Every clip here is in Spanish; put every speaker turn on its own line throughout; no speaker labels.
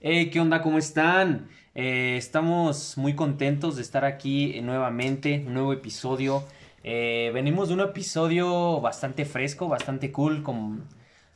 Hey, ¿qué onda? ¿Cómo están? Eh, estamos muy contentos de estar aquí eh, nuevamente, un nuevo episodio. Eh, venimos de un episodio bastante fresco, bastante cool, con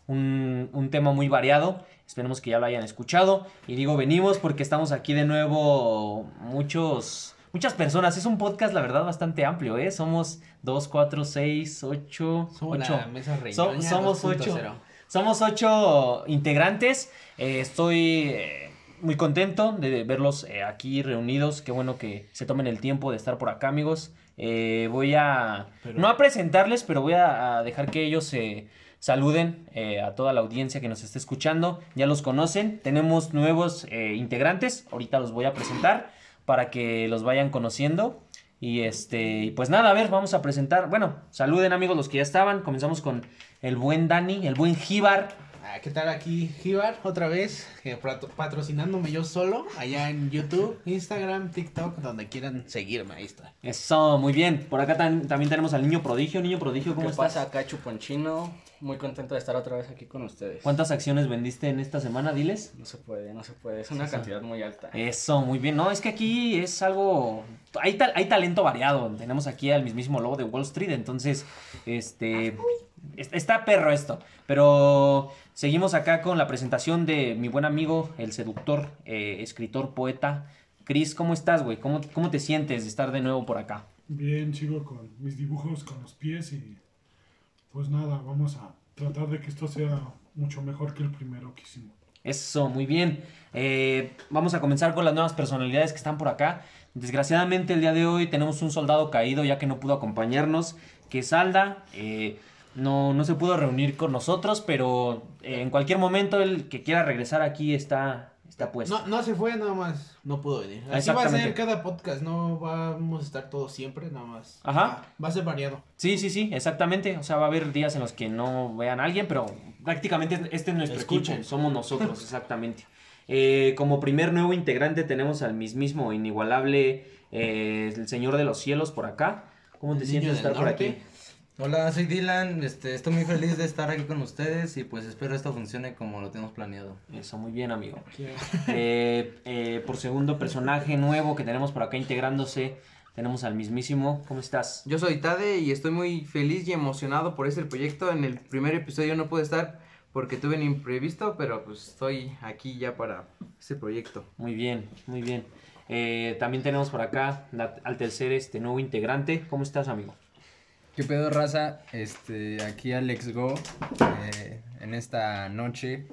un, un tema muy variado. Esperemos que ya lo hayan escuchado. Y digo venimos porque estamos aquí de nuevo muchos, muchas personas. Es un podcast, la verdad, bastante amplio, ¿eh? Somos 2, 4, 6, 8,
Somos la mesa
So-
reñoña
somos
2.0.
ocho. Somos ocho integrantes. Eh, estoy eh, muy contento de verlos eh, aquí reunidos. Qué bueno que se tomen el tiempo de estar por acá, amigos. Eh, voy a.
Pero-
No a presentarles, pero voy a, a dejar que ellos se saluden eh, a toda la audiencia que nos esté escuchando. Ya los conocen. Tenemos nuevos eh, integrantes. Ahorita los voy a presentar para que los vayan conociendo. Y este, y pues nada, a ver, vamos a presentar. Bueno, saluden amigos los que ya estaban. Comenzamos con el buen Dani, el buen Jíbar.
Ah, ¿Qué tal aquí, Gibar? Otra vez, eh, patro- patrocinándome yo solo, allá en YouTube, Instagram, TikTok, donde quieran seguirme, ahí está.
Eso, muy bien. Por acá tan- también tenemos al niño prodigio. Niño prodigio, ¿cómo
¿Qué
estás?
pasa acá, Chuponchino? Muy contento de estar otra vez aquí con ustedes.
¿Cuántas acciones vendiste en esta semana? Diles.
No se puede, no se puede. Es una cantidad muy alta.
Eso, muy bien. No, es que aquí es algo. Hay, tal- hay talento variado. Tenemos aquí al mismísimo lobo de Wall Street. Entonces, este. es- Está perro esto. Pero seguimos acá con la presentación de mi buen amigo, el seductor, eh, escritor, poeta. Chris, ¿cómo estás, güey? ¿Cómo, ¿Cómo te sientes de estar de nuevo por acá?
Bien, sigo con mis dibujos con los pies y pues nada, vamos a tratar de que esto sea mucho mejor que el primero que hicimos.
Eso, muy bien. Eh, vamos a comenzar con las nuevas personalidades que están por acá. Desgraciadamente el día de hoy tenemos un soldado caído ya que no pudo acompañarnos, que es Alda. Eh, no, no se pudo reunir con nosotros, pero eh, en cualquier momento el que quiera regresar aquí está, está puesto.
No, no se fue, nada más, no pudo venir. Así va a
Pues Exactamente.
ser cada podcast, no vamos a estar todos siempre, nada más.
Ajá.
Ah, Va a ser variado.
Sí, sí, sí, exactamente. O sea, va a haber días en los que no vean a alguien, pero prácticamente este es nuestro
Escuchen.
equipo. Somos nosotros, exactamente. Eh, como primer nuevo integrante tenemos al mismísimo inigualable eh, el Señor de los Cielos por acá. ¿Cómo
El
te
niño del
sientes estar por
norte.
aquí?
Hola, soy Dylan, este, estoy muy feliz de estar aquí con ustedes y pues espero esto funcione como lo tenemos planeado.
Eso, muy bien, amigo. Eh, eh, por segundo personaje nuevo que tenemos por acá integrándose, tenemos al mismísimo. ¿Cómo estás?
Yo soy Tade y estoy muy feliz y emocionado por este proyecto. En el primer episodio no pude estar porque tuve un imprevisto, pero pues estoy aquí ya para este proyecto.
Muy bien, muy bien. Eh, también tenemos por acá la- al tercer este nuevo integrante. ¿Cómo estás, amigo?
¿Qué pedo, raza? Este, aquí Alex Go, eh, en esta noche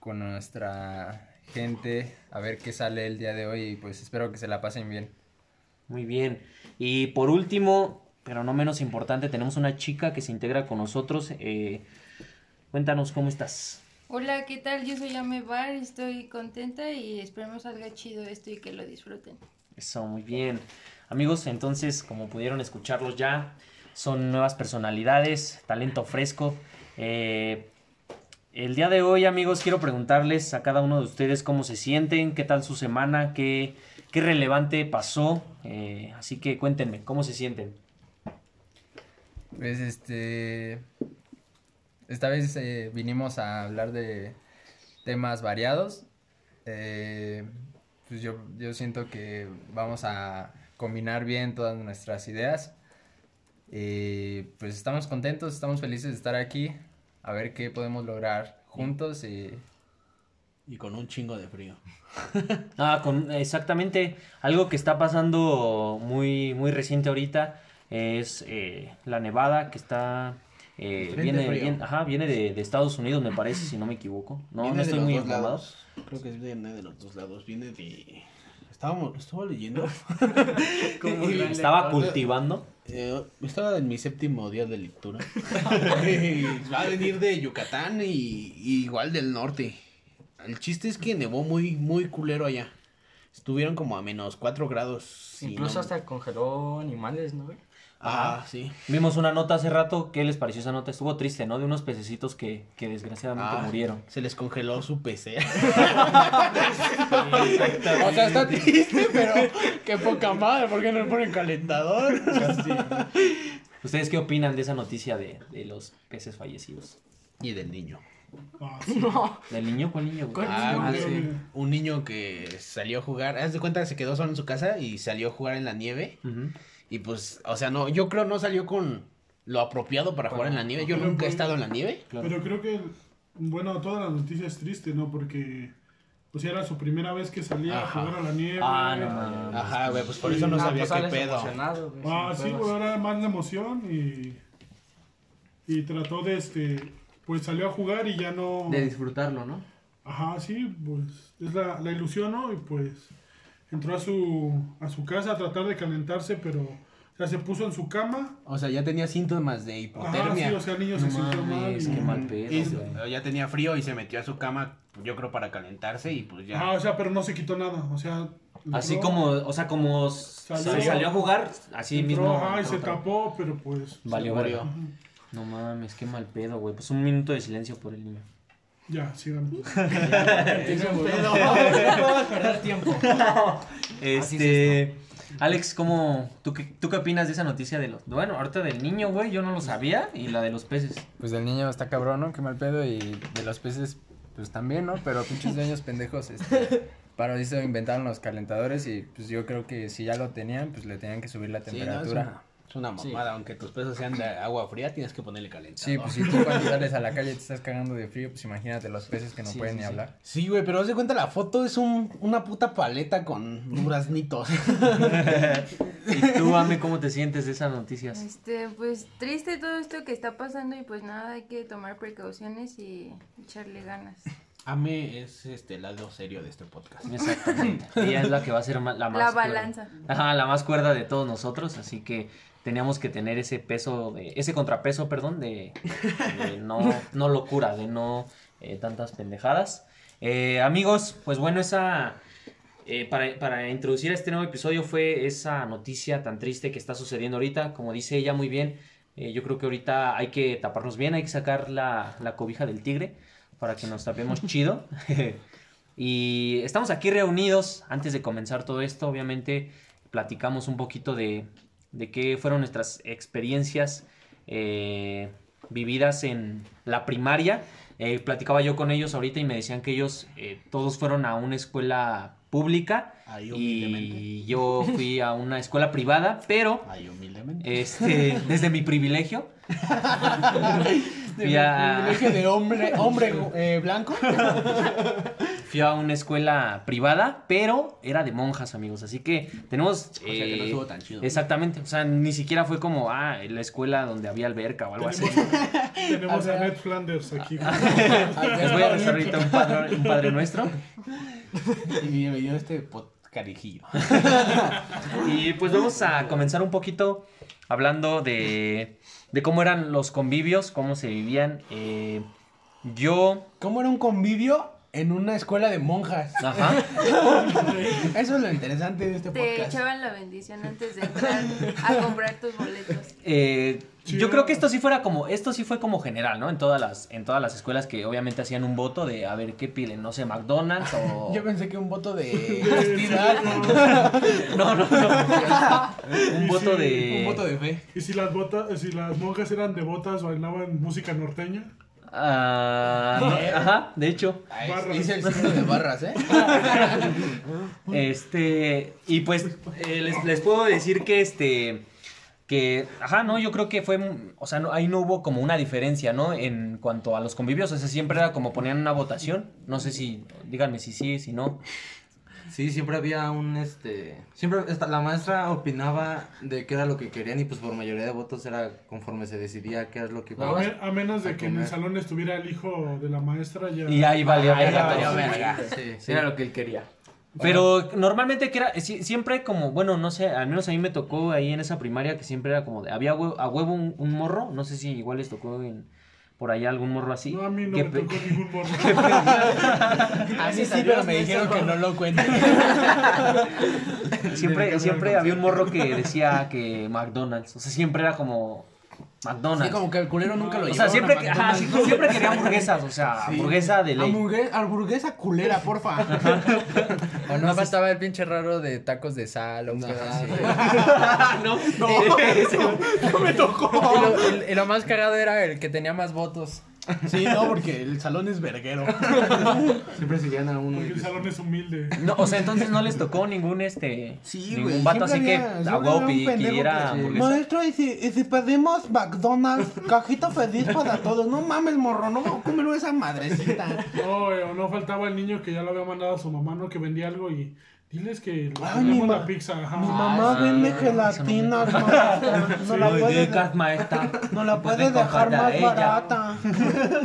con nuestra gente, a ver qué sale el día de hoy y pues espero que se la pasen bien.
Muy bien. Y por último, pero no menos importante, tenemos una chica que se integra con nosotros. Eh, cuéntanos cómo estás.
Hola, ¿qué tal? Yo soy Ame Bar, estoy contenta y esperemos salga chido esto y que lo disfruten.
Eso, muy bien. Amigos, entonces, como pudieron escucharlos ya, son nuevas personalidades, talento fresco. Eh, el día de hoy, amigos, quiero preguntarles a cada uno de ustedes cómo se sienten, qué tal su semana, qué, qué relevante pasó. Eh, así que cuéntenme, ¿cómo se sienten?
Pues este, esta vez eh, vinimos a hablar de temas variados. Eh, pues yo, yo siento que vamos a combinar bien todas nuestras ideas. Y pues estamos contentos, estamos felices de estar aquí, a ver qué podemos lograr juntos y
Y con un chingo de frío.
Ah, con, exactamente. Algo que está pasando muy, muy reciente ahorita es eh, la nevada que está. eh,
Frente
viene
frío.
bien- ajá, viene de, de Estados Unidos, me parece, si no me equivoco. No,
Viene de
no estoy
los
muy
dos
informado.
lados. Creo que viene de los dos lados, viene de... Estábamos, estaba leyendo.
Como
Y-
gran
Estaba
lector.
cultivando.
Eh, estaba en mi séptimo día de lectura. Y Va a venir de Yucatán y, y igual del norte. El chiste es que nevó muy, muy culero allá. Estuvieron como a menos 4 grados. si
Incluso
no-
hasta congeló animales, ¿no? güey?
Ah, sí.
Vimos una nota hace rato. ¿Qué les pareció esa nota? Estuvo triste, ¿no? De unos pececitos que, que desgraciadamente
Ah,
murieron.
Se les congeló su PC.
Exactamente.
o sea, está triste, pero qué poca madre. ¿Por qué no le ponen calentador?
¿Ustedes qué opinan de esa noticia de, de los peces fallecidos?
Y del niño.
Ah, sí.
No.
¿Del niño? ¿Cuál niño, güey?
Ah,
pues,
Sí,
sí.
güey.
Un niño que salió a jugar, haz de cuenta, se quedó solo en su casa y salió a jugar en la nieve.
Ujú.
Y pues, o sea, no, yo creo no salió con lo apropiado para jugar en la nieve. Yo
Ajá.
nunca he estado en la nieve.
Claro.
Pero creo que, bueno, toda la noticia es triste, ¿no? Porque, pues era su primera vez que salía
Ajá.
a jugar a la nieve.
Ah, no mames.
Ajá, güey, pues por eso no
Ah,
sabía
pues
qué
sales
pedo.
emocionado, güey,
Ah,
sin
sí,
pedos.
güey, era más la emoción y. Y trató de este. Pues salió a jugar y ya no.
De disfrutarlo, ¿no?
Ajá, sí, pues. Es la, la ilusión, ¿no? Y pues. Entró a su, a su casa a tratar de calentarse, pero. O sea, se puso en su cama.
O sea, ya tenía síntomas de
Ajá, sí,
hipotermia.
o sea, el niño
No
se sintió mal.
mames,
y-
qué mal
Y
pedo, güey.
ya tenía frío y se metió a su cama, yo creo, para calentarse y pues ya.
Ajá, Ah, o sea, pero no se quitó nada. O sea.
Así
entró,
como, o sea, como s-
Salió.
salió, a jugar, así
entró,
mismo.
ajá, y
entró
se
otra vez.
tapó, pero pues.
Valió
Se murió.
verga. No mames, qué mal pedo, güey. Pues un minuto de silencio por el niño.
Ya, sigamos.
Pues
perder tiempo.
Ah,
Este. Alex, ¿cómo, tú, qué, ¿tú qué opinas de esa noticia de los... Bueno, ahorita del niño, güey, yo no lo sabía, y la de los peces.
Pues del niño está cabrón, ¿no? Qué mal pedo. Y de los peces, pues también, ¿no? Pero pinches dueños pendejos, este. Para eso inventaron los calentadores y pues yo creo que si ya lo tenían, pues le tenían que subir la
Sí, no, es
temperatura.
una, es una mamada, aunque tus pesos sean de agua fría, tienes que ponerle calentador.
Sí, pues si tú cuando sales a la calle te estás cagando de frío, pues imagínate los peces que no
Sí,
pueden
sí,
ni
sí.
hablar.
Sí, güey, pero haz de cuenta, la foto es un, una puta paleta con duraznitos.
¿Y tú, Ame, cómo te sientes de esas noticias?
Este, pues triste todo esto que está pasando y pues nada, hay que tomar precauciones y echarle ganas.
Ame es este el lado serio de este podcast.
Exactamente. Ella es la que va a ser ma- la más...
La
cuerda.
balanza.
Ajá, la más cuerda de todos nosotros, así que teníamos que tener ese peso, de ese contrapeso, perdón, de, de no, no locura, de no eh, tantas pendejadas. Eh, amigos, pues bueno, esa... eh, para, para introducir a este nuevo episodio fue esa noticia tan triste que está sucediendo ahorita, como dice ella muy bien, eh, yo creo que ahorita hay que taparnos bien, hay que sacar la, la cobija del tigre para que nos tapemos chido. y estamos aquí reunidos antes de comenzar todo esto. Obviamente platicamos un poquito de, de qué fueron nuestras experiencias eh, vividas en la primaria. Eh, platicaba yo con ellos ahorita y me decían que ellos eh, todos fueron a una escuela pública
Ahí humildemente.
y yo fui a una escuela privada, pero
Ay, humildemente.
este, desde mi privilegio. fui, a, Ah,
Privilegio de hombre, hombre eh, blanco.
fui a una escuela privada, pero era de monjas, amigos. Así que tenemos.
O sea, que no
eh,
estuvo tan chido.
Exactamente. O sea, ni siquiera fue como, ah, la escuela donde había alberca o algo así.
Tenemos a Ned Flanders aquí. güey.
Les voy a rezar ahorita un padre, un padre nuestro.
Y me dio este pot carijillo.
Y pues vamos a comenzar un poquito hablando de, de cómo eran los convivios, cómo se vivían. Eh, yo.
¿Cómo era un convivio en una escuela de monjas?
Ajá.
Eso es lo interesante de este
Te
podcast.
echaban la bendición antes de entrar a comprar tus boletos.
Eh,
Chido.
yo creo que esto sí fuera como, esto sí fue como general, ¿no? En todas las, en todas las escuelas que obviamente hacían un voto de a ver qué piden, no sé, McDonald's o.
Yo pensé que un voto de honestidad,
No, no, no. un voto de.
un voto de fe.
¿Y si las botas, si las monjas eran devotas, bailaban música norteña?
Ah, no, ajá, de hecho.
Ay,
Barras.
hice el signo de barras, ¿eh?
Este. Y pues eh, les, les puedo decir que este. Que, ajá, no, yo creo que fue, mm, o sea, no, ahí no hubo como una diferencia, ¿no? En cuanto a los convivios, o sea, siempre era como ponían una votación, no sé si, díganme si sí, si no.
Sí, siempre había un, este... Siempre esta- la maestra opinaba de qué era lo que querían y pues por mayoría de votos era conforme se decidía qué era lo que
A,
iba
me- a menos de
A
que en el
comer.
salón estuviera el hijo de la maestra ya.
Y ahí valía
Ay,
verga
ya
todo.
valió verga.
Sí, era lo que él quería.
Pero normalmente que era, si- siempre como, bueno, no sé, al menos a mí me tocó ahí en esa primaria que siempre era como, de, había hue- a huevo un, un morro, no sé si igual les tocó en- por allá algún morro así.
No, a mí no
que
me
pe-
tocó ningún morro.
A mí sí, pero me dijeron que no lo cuente.
siempre siempre había un morro que decía que McDonald's, o sea, siempre era como McDonald's.
Sí, como que el culero nunca lo
o
llevó.
sea, siempre, que- ajá, sí, siempre quería hamburguesas, o sea, hamburguesa de ley.
Hamburguesa, hamburguesa culera, porfa.
O no faltaba el pinche raro de tacos de sal o un pedo así.
no,
Y lo, y- y lo más cagado era el que tenía más votos.
Sí, no, porque el salón es verguero.
Siempre se llena uno.
Porque el salón es humilde.
No, o sea, entonces no les tocó ningún este.
Sí,
ningún
güey,
vato así
siempre
que
había-
a
siempre
huevo
había un
pi-
pendejo
pidiera
que-
hamburguesa.
Maestro, ¿y si, y si pedimos McDonald's, cajita feliz para todos. No mames, morro, no voy a comer esa madrecita.
No, güey, o no faltaba el niño que ya lo había mandado a su mamá, ¿no? Que vendía algo y diles que le
Ay, mi
ponemos
ma-
la pizza. ajá.
Mi mamá
sí,
vende
no, no,
gelatina,
eso
no, no la
Soy
puede,
de casa maestra.
no la
No
puede
tengo
dejar
falta
más
ella.
barata.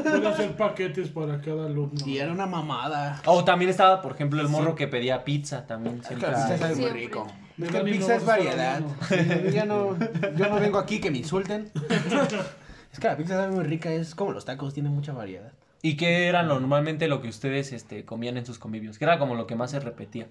Puede hacer paquetes para cada alumno.
Y era una mamada.
O también estaba, por ejemplo, el morro que pedía pizza también. siempre-
La pizza sabe muy
Siempre.
rico.
Me
Es que
dan y
pizza
no
es
vas a estar
variedad.
hablando.
Yo ya no, yo no vengo aquí que me insulten. Es que la pizza sabe muy rica, es como los tacos, tiene mucha variedad.
¿Y qué era lo- normalmente lo que ustedes este, comían en sus convivios? Que era como lo que más se repetía.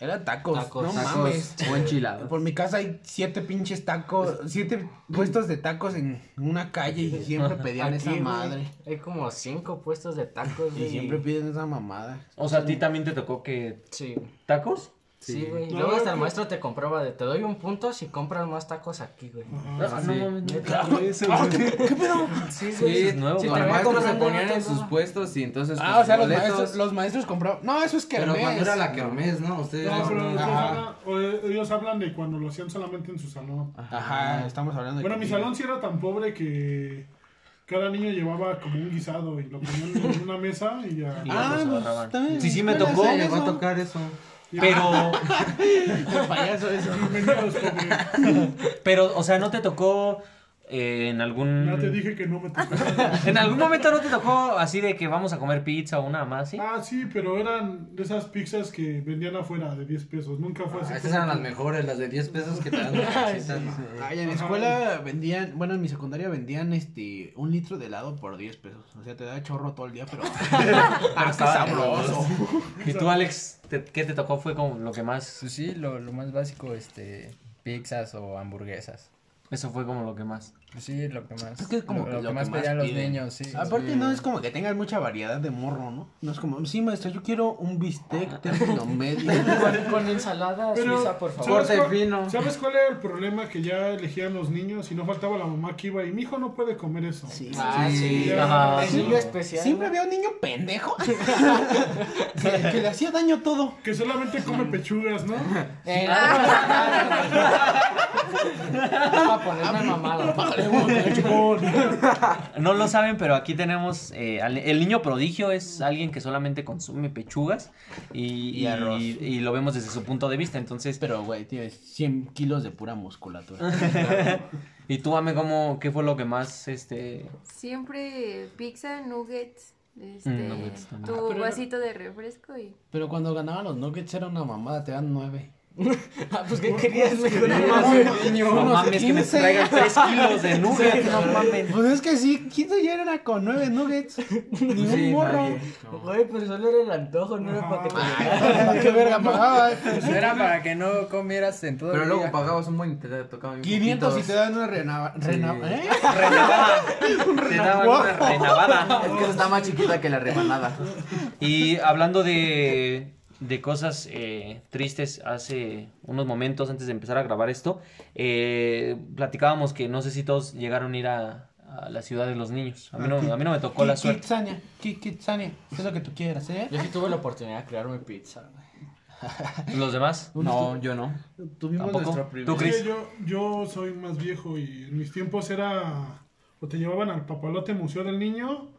Era tacos,
Tacos,
no
Tacos
mames.
o enchiladas.
Por mi casa hay siete pinches tacos, siete puestos de tacos en una calle y siempre pedían
Aquí,
esa
güey,
madre.
Hay como cinco puestos de tacos,
Y
güey.
siempre piden esa mamada.
O sea, ¿a ti también te tocó que.
Sí, güey.
¿Tacos?
Sí, güey.
No,
Luego hasta el
güey.
maestro te compraba de te doy un punto si compras más tacos aquí, güey.
Ah, no mames, Ah, no.
Sí,
Sí,
es nuevo.
Si te
los
Para
veía
maestros se
comprando,
ponían
no te
en sus
daba.
puestos y entonces.
Ah,
pues,
o sea, los
boletos.
maestros, los maestros compraban. No, eso es
Pero
kermés.
cuando era la kermés, ¿no? Ustedes.
No, pero ustedes
Ajá.
hablan- o, eh, ellos hablan de cuando lo hacían solamente en su salón.
Ajá, estamos hablando de.
Bueno,
que-
mi salón sí era tan pobre que cada niño llevaba como un guisado y lo ponían en una mesa y ya.
Y
Ah,
otros
pues,
agarraban.
también-
Sí, sí me
bueno,
tocó.
sí,
Me va a
eso.
tocar eso.
Pero,
El payaso eso.
Bienvenidos, porque
pero, o sea, ¿no te tocó eh, en algún.
ya te dije que no me tocó.
En algún momento no te tocó así de que vamos a comer pizza o una más, ¿sí?
Ah, sí, pero eran de esas pizzas que vendían afuera de 10 pesos. Nunca
Ah,
fue así.
Estas eran las mejores, las de 10 pesos que te dan. las cachitas.
Ay, en mi escuela vendían, bueno, en mi secundaria vendían este un litro de helado por 10 pesos. O sea, te da chorro todo el día, pero. ah, qué sabroso.
Y tú, Alex, te- ¿qué te tocó? Fue como lo que más.
Pues sí, lo, lo más básico, este, pizzas o hamburguesas.
Eso fue como lo que más.
Pues sí, lo que más.
Es que es como
lo,
que
lo
lo
que más
que más
pedían los
piden. Ah,
niños, sí.
Aparte, no es como que tengas mucha variedad de morro, ¿no? No es como, sí, maestra, yo quiero un bistec término medio.
Con, con ensalada
Pero,
suiza, por favor.
¿sabes
Corte
cuál-
fino.
¿Sabes cuál era el problema? Que ya elegían los niños y no faltaba la mamá que iba y mi hijo no puede comer eso.
Sí.
Ah, sí.
Ajá,
El
sí.
niño especial.
Siempre
¿no?
había un niño pendejo que, que le hacía daño todo.
Que solamente come pechugas, ¿no?
Eh, ah, no. a poner una mamada.
No lo saben, pero aquí tenemos. eh, al- el niño prodigio es alguien que solamente consume pechugas y,
Y arroz.
y- y lo vemos desde su punto de vista. Entonces,
Pero, güey, tiene 100 kilos de pura musculatura.
¿y tú, Ame, cómo, qué fue lo que más este,
Siempre pizza, nuggets, este,
Mm, nuggets también.
tu vasito de refresco y...
Pero cuando ganaban los Nuggets era una mamada, te dan 9.
Ah, pues, ¿qué querías? güey?
No
unos
mames, que me
15.
traigan 3 kilos de nubes. No mames.
Pues es que sí, 15 ya era con 9 Nuggets. Ni un
Sí,
morro.
nadie.
Güey, pero solo era el antojo, no
Ah,
era para que te
¿Para pues, qué verga pagabas?
Pues era para que no comieras en todo
Pero
el
luego
día.
pagabas un buen y te tocaban
500 y te dan una renava. renava- ¿eh?
Renabada. Te daban una renabada.
Es que esa está más chiquita que la rebanada.
Y hablando de, de cosas eh, tristes, hace unos momentos antes de empezar a grabar esto, eh, platicábamos que no sé si todos llegaron a ir a, a la ciudad de los niños. A mí no, a mí no me tocó la suerte.
Kitsania, ki- Kitsania, es lo que tú quieras, ¿eh?
Yo sí tuve la oportunidad de crear mi pizza. güey.
¿Los demás?
No, yo no.
Tuvimos
¿Tampoco?
nuestra
¿Tú,
primera.
Cris?
Sí, yo, yo soy más viejo y en mis tiempos era o te llevaban al papalote Museo del Niño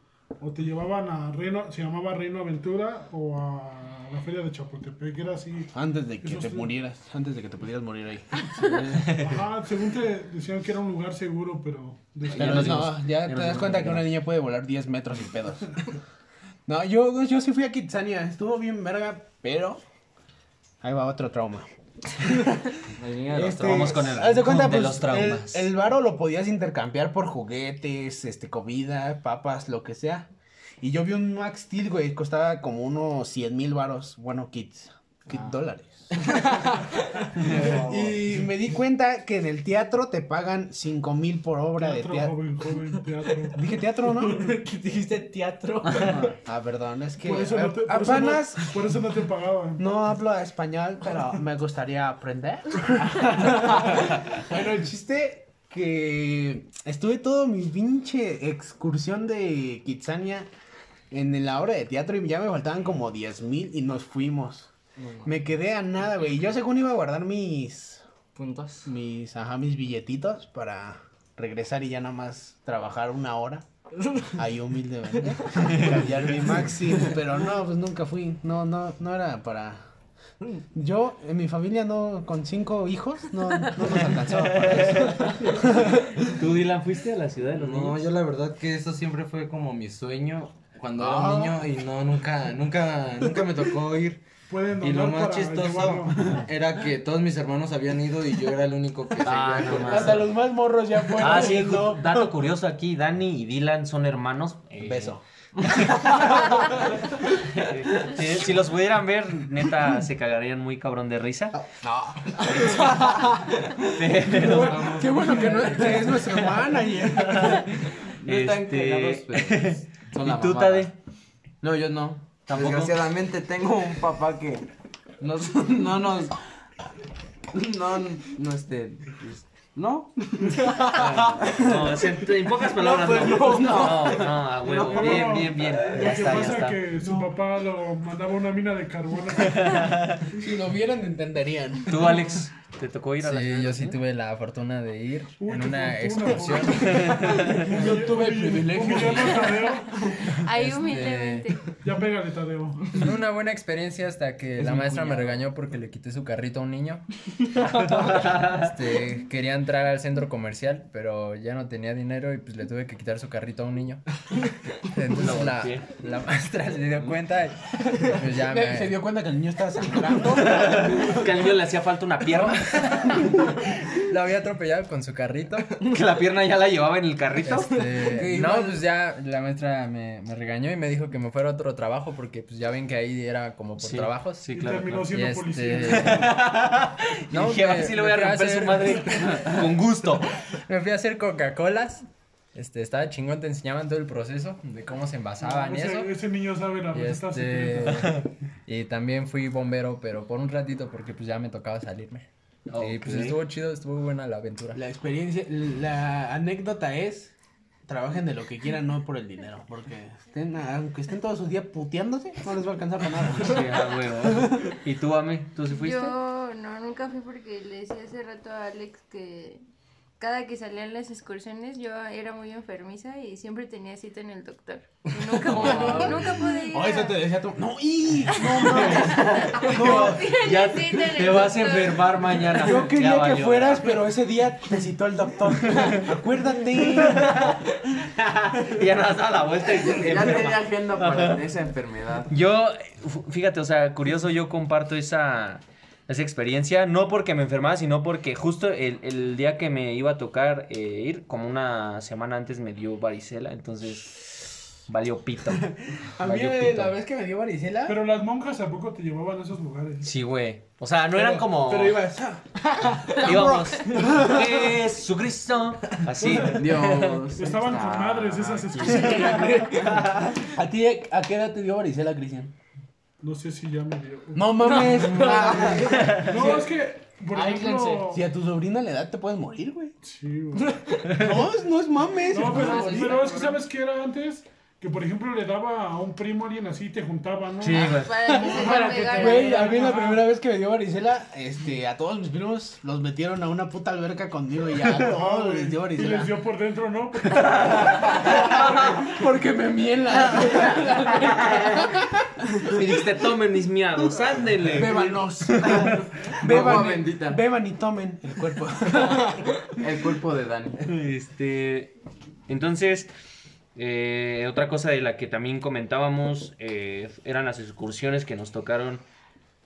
o te llevaban a Reino, se llamaba Reino Aventura o a la feria de Chapultepec, era así.
Antes de que
Eso
te
sí.
murieras, antes de que te pudieras morir ahí.
Ajá, según te decían que era un lugar seguro, pero después-
Pero
nos
no, ya
dimos- ya nos
te das
dimos
cuenta
cuenta
que
que
una niña puede volar 10 metros sin pedos. No, yo, yo sí fui a Kitsania, estuvo bien verga, pero ahí va otro trauma.
El niño de los
Este,
traumas con el
haz de cuenta,
rincón
pues,
de los traumas.
El, el varo lo podías intercambiar por juguetes, este, comida, papas, lo que sea. Y yo vi un Max Steel, güey, costaba como unos 100 mil varos, bueno, kits, kit
Ah.
dólares. y me di cuenta que en el teatro te pagan 5 mil por obra
teatro,
de teatro.
joven, joven, teatro.
Dije teatro, ¿no?
¿Qué dijiste teatro?
Ah, perdón, es que
Por eso no te, por eso no-
apenas
por eso no te pagaban.
no hablo español, pero me gustaría aprender. bueno, el chiste que que estuve todo mi pinche excursión de Kitsania en la obra de teatro y ya me faltaban como 10 mil y nos fuimos. me quedé a nada, güey. Yo según iba a guardar mis,
Puntos.
mis, ajá, mis billetitos para regresar y ya nada más trabajar una hora. Ahí humildemente. Cambiar mi máximo. Pero no, pues nunca fui. No, no, no era para. Yo, en mi familia no, con cinco hijos, no, no nos alcanzaba para eso.
¿Tú, Dylan, fuiste a la ciudad de los
No,
niños?
yo la verdad que eso siempre fue como mi sueño cuando era un niño y no, nunca, nunca, nunca me tocó ir.
Pueden
Y lo
donar
más
para
chistoso
llevarlo.
era que todos mis hermanos habían ido y yo era el único que
Ah, no
seguía con
mames.
eso.
Hasta los más morros ya fueron.
Ah, sí, ju- dato curioso aquí, Dani y Dylan son hermanos. eh,
Beso.
si, si los pudieran ver, neta, se cagarían muy cabrón de risa. Pero,
Qué bueno que, no, que es nuestro manager.
No están
este,
cagados, pero son la
¿Y tú,
mamada.
Tade?
No, yo no.
¿Tampoco?
Desgraciadamente tengo un papá que nos- no nos... No, no, este... pues, no.
No, es en, en pocas palabras, no. no. No, a huevo.
No.
Bien, bien, bien.
Lo
Ya
que
está, ya
pasa
está.
que su papá lo mandaba a una mina de carbón.
Si lo vieran, entenderían.
Tú, Alex, ¿te tocó ir a la ciudad
Sí,
de
yo
los
sí
¿eh?
niños?
tuve la fortuna de ir
Uy,
en
qué
una
fortuna,
excursión.
güey.
Yo tuve el
Uy,
privilegio.
humillando a Tadeo.
Ahí
Este-
humildemente.
Ya pégale, Tadeo.
Fue una buena experiencia hasta que la maestra me regañó porque le quité su carrito a un niño. Este, quería entrar al centro comercial, pero ya no tenía dinero y pues le tuve que quitar su carrito a un niño. Entonces la,
volteé.
la maestra se dio cuenta y pues ya me...
Se dio cuenta que el niño estaba sangrando.
Que al niño le hacía falta una pierna.
Lo había atropellado con su carrito.
Que la pierna ya la llevaba en el carrito.
Este, no, pues ya la maestra me, me regañó y me dijo que me fuera a otro trabajo porque pues ya ven que ahí era como por
Sí,
trabajos.
Sí,
y
claro.
terminó
Y
siendo policía.
este...
No, dije,
me-
"Ahora sí le voy
me
a
fui
romper
hacer-
su madre con gusto.
Me fui a hacer Coca-Colas. Este, estaba chingón, te enseñaban todo el proceso de cómo se envasaban
pues,
y eso.
Ese,
eh,
ese niño sabe
ah,
la
Y,
receta
este,
secreta.
y también fui bombero, pero por un ratito porque pues ya me tocaba salirme. Y pues
Ok.
estuvo chido, estuvo buena la aventura.
La experiencia, la anécdota es, trabajen de lo que quieran, no por el dinero, porque estén, aunque estén todo su día puteándose, no les va a alcanzar para
Sí,
nada.
a huevo. ¿Y tú, Ame? ¿Tú sí fuiste?
Yo no, nunca fui porque le decía hace rato a Alex que cada que salían las excursiones yo era muy enfermiza y siempre tenía cita en el doctor. Y nunca, pude, nunca pude ir.
Oh, eso
a-
te decía tú, no, y no mames,
Tenía
Ya
cita en el
te vas a
doctor.
enfermar mañana.
yo
Ya
quería que
valió.
fueras, pero ese día te citó el doctor, acuérdate.
Y ya nada, a la vuelta y te
Ya
enferma.
tenía agenda para esa enfermedad.
Yo, f- fíjate, o sea, curioso, yo comparto esa, esa experiencia, no porque me enfermaba, sino porque justo el, el día que me iba a tocar eh, ir, como una semana antes me dio varicela, entonces valió pito.
A mí
Valió
eh,
pito.
la vez que me dio varicela,
Pero las monjas tampoco te llevaban a esos lugares.
Sí, güey. O sea, no eran como...
pero ibas, ah,
íbamos, Jesucristo, así.
Dios.
Estaban
está.
con madres esas excursiones.
¿a ti a qué edad te dio varicela, Cristian?
No sé si ya me dio.
No mames,
No, es que, por ejemplo...
si a tu sobrina le edad te puedes morir, güey.
Sí, güey.
No, no es mames.
No, pero, pero es que sabes que era antes que por ejemplo le daba a un primo a alguien así y te juntaba, ¿no?
Sí, güey.
Para que se
Para
te
que te
pegara.
Güey, a mí la
Ajá.
primera vez que me dio varicela, este, a todos mis primos los metieron a una puta alberca conmigo y ya a
Ah,
todos
güey.
les dio
y les
varicela.
dio por dentro, ¿no?
Porque me miela.
Y dijiste, tomen mis miados, ándele.
Bébanos.
Agua
Beban,
bendita.
beban y tomen el cuerpo.
El cuerpo de Dani.
Este, entonces, eh, otra cosa de la que también comentábamos eh, eran las excursiones que nos tocaron,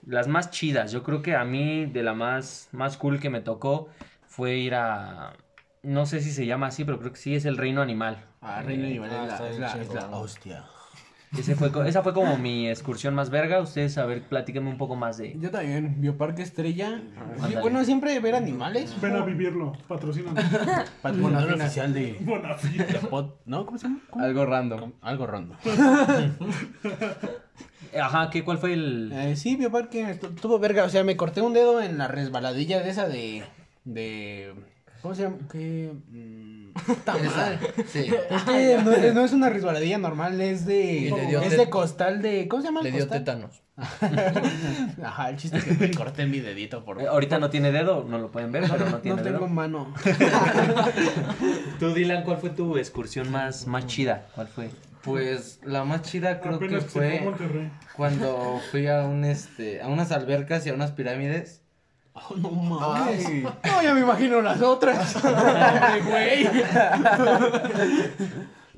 las más chidas. Yo creo que a mí de la más, más cool que me tocó fue ir a, no sé si se llama así, pero creo que sí es el Reino Animal.
Ah, Reino Animal
Ah,
es la-
está
es
bien
la- es
chido.
la hostia.
Ese fue, co- esa fue como mi excursión más verga. Ustedes, a ver, platíquenme un poco más de...
Yo también, Bioparque Estrella.
ándale.
Bueno, siempre ver animales.
Ven a vivirlo, patrocina.
Patrocinador oficial de
Bonafide.
Pot- ¿No? ¿Cómo se llama? ¿Cómo?
Algo random.
Algo rondo.
Ajá, ¿qué, ¿cuál fue el...?
Eh, sí, Bioparque estu- tuvo verga. O sea, me corté un dedo en la resbaladilla de esa de. de. ¿Cómo se llama? ¿Qué? Mm, puta madre.
Sí.
Es que no, es- no es una resbaladilla normal, es de.
Y le dio
es
tet-
de costal de. ¿Cómo se llama? el
Le dio
costal?
tétanos.
Ajá, el chiste es que me corté mi dedito por.
Eh, Ahorita no tiene dedo, no lo pueden ver, pero no tiene
no tengo
dedo.
mano.
Tú, Dylan, ¿cuál fue tu excursión más, más chida? ¿Cuál fue?
Pues la más chida creo que
Apenas se fue a
fue
Monterrey.
cuando fui a un este a unas albercas y a unas pirámides.
Oh, no mames. No, ya me imagino las otras.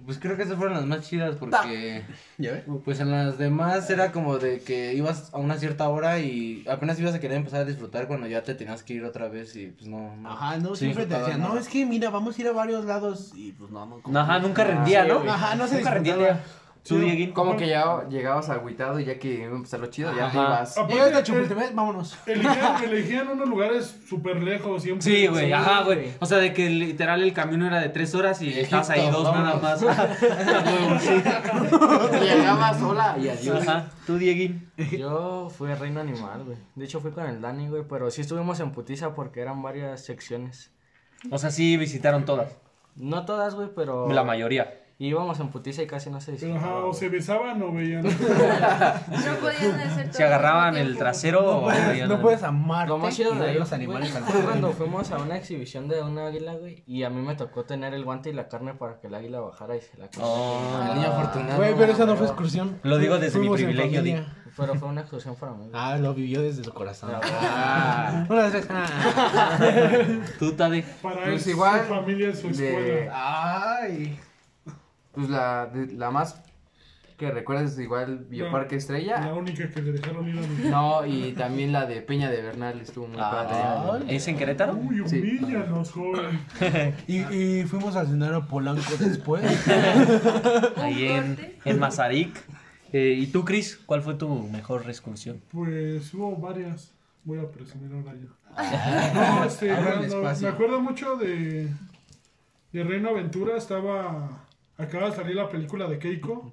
Pues creo que esas fueron las más chidas porque
¿Ya ves?
pues en las demás era como de que ibas a una cierta hora y apenas ibas a querer empezar a disfrutar cuando ya te tenías que ir otra vez y pues no, no.
Ajá, no,
Sí,
siempre te
total,
decían,
no.
no, es que mira, vamos a ir a varios lados. Y pues no, no. como-
Ajá, nunca rendía, ¿no?
Ajá, no se
nunca rendía.
disfrutaba.
¿Tú, Dieguín?
Como que ya llegabas agüitado y ya que iba a empezar lo chido, ya
Ajá.
te ibas.
Aparte
Llegaste
de
a
que
Chapultepec, vámonos.
Elegían, elegían unos lugares súper lejos siempre.
Sí, güey, ajá, güey. O sea, de que literal el camino era de tres horas y estabas ahí dos nada más.
Llegabas sola y adiós.
Ajá, tú, Dieguín.
Yo fui a Reino Animal, güey. De hecho, fui con el Dani, güey. Pero sí estuvimos en putiza porque eran varias secciones.
O sea, sí visitaron todas,
No todas, güey, pero.
la mayoría.
Íbamos en putiza y casi no se
Pero ajá,
disfrutaba,
o se besaban o veían.
No podían hacer todo.
Se agarraban
al mismo
el
tiempo.
trasero.
No
o
puedes,
veían-
no puedes amarte
Lo más chido
y
de
ver
ahí
los
fue-
animales al-
fue cuando fuimos a una exhibición de un águila, güey, y a mí me tocó tener el guante y la carne para que el águila bajara y se la comiera.
Oh,
El niño afortunado.
Güey, pero eso no fue excursión.
Lo digo desde mi
Fuimos en
privilegio,
familia.
di.
Pero fue una excursión para mí. güey.
Ah, lo vivió desde su corazón.
Ah.
Una vez. Ah.
Tú, Tade.
Para él,
Pues igual,
su familia, su
de-
escuela.
Ay.
Pues la, de- la más que recuerdas es igual Bioparque
La
Estrella.
única que le dejaron ir a mi.
No, y también la de Peña de Bernal estuvo muy
Ah,
padre.
¿Es en Querétaro?
Uy,
Sí.
humíllanos, joven.
Y, y fuimos a cenar a Polanco después.
Ahí en, en Mazarik. Eh, ¿Y tú, Cris? ¿Cuál fue tu mejor excursión?
Pues hubo varias. Voy a presumir ahora ya. No, este,
Ahora el
no, no,
espacio.
me acuerdo mucho de, de Reino Aventura. Estaba. Acaba de salir la película de Keiko.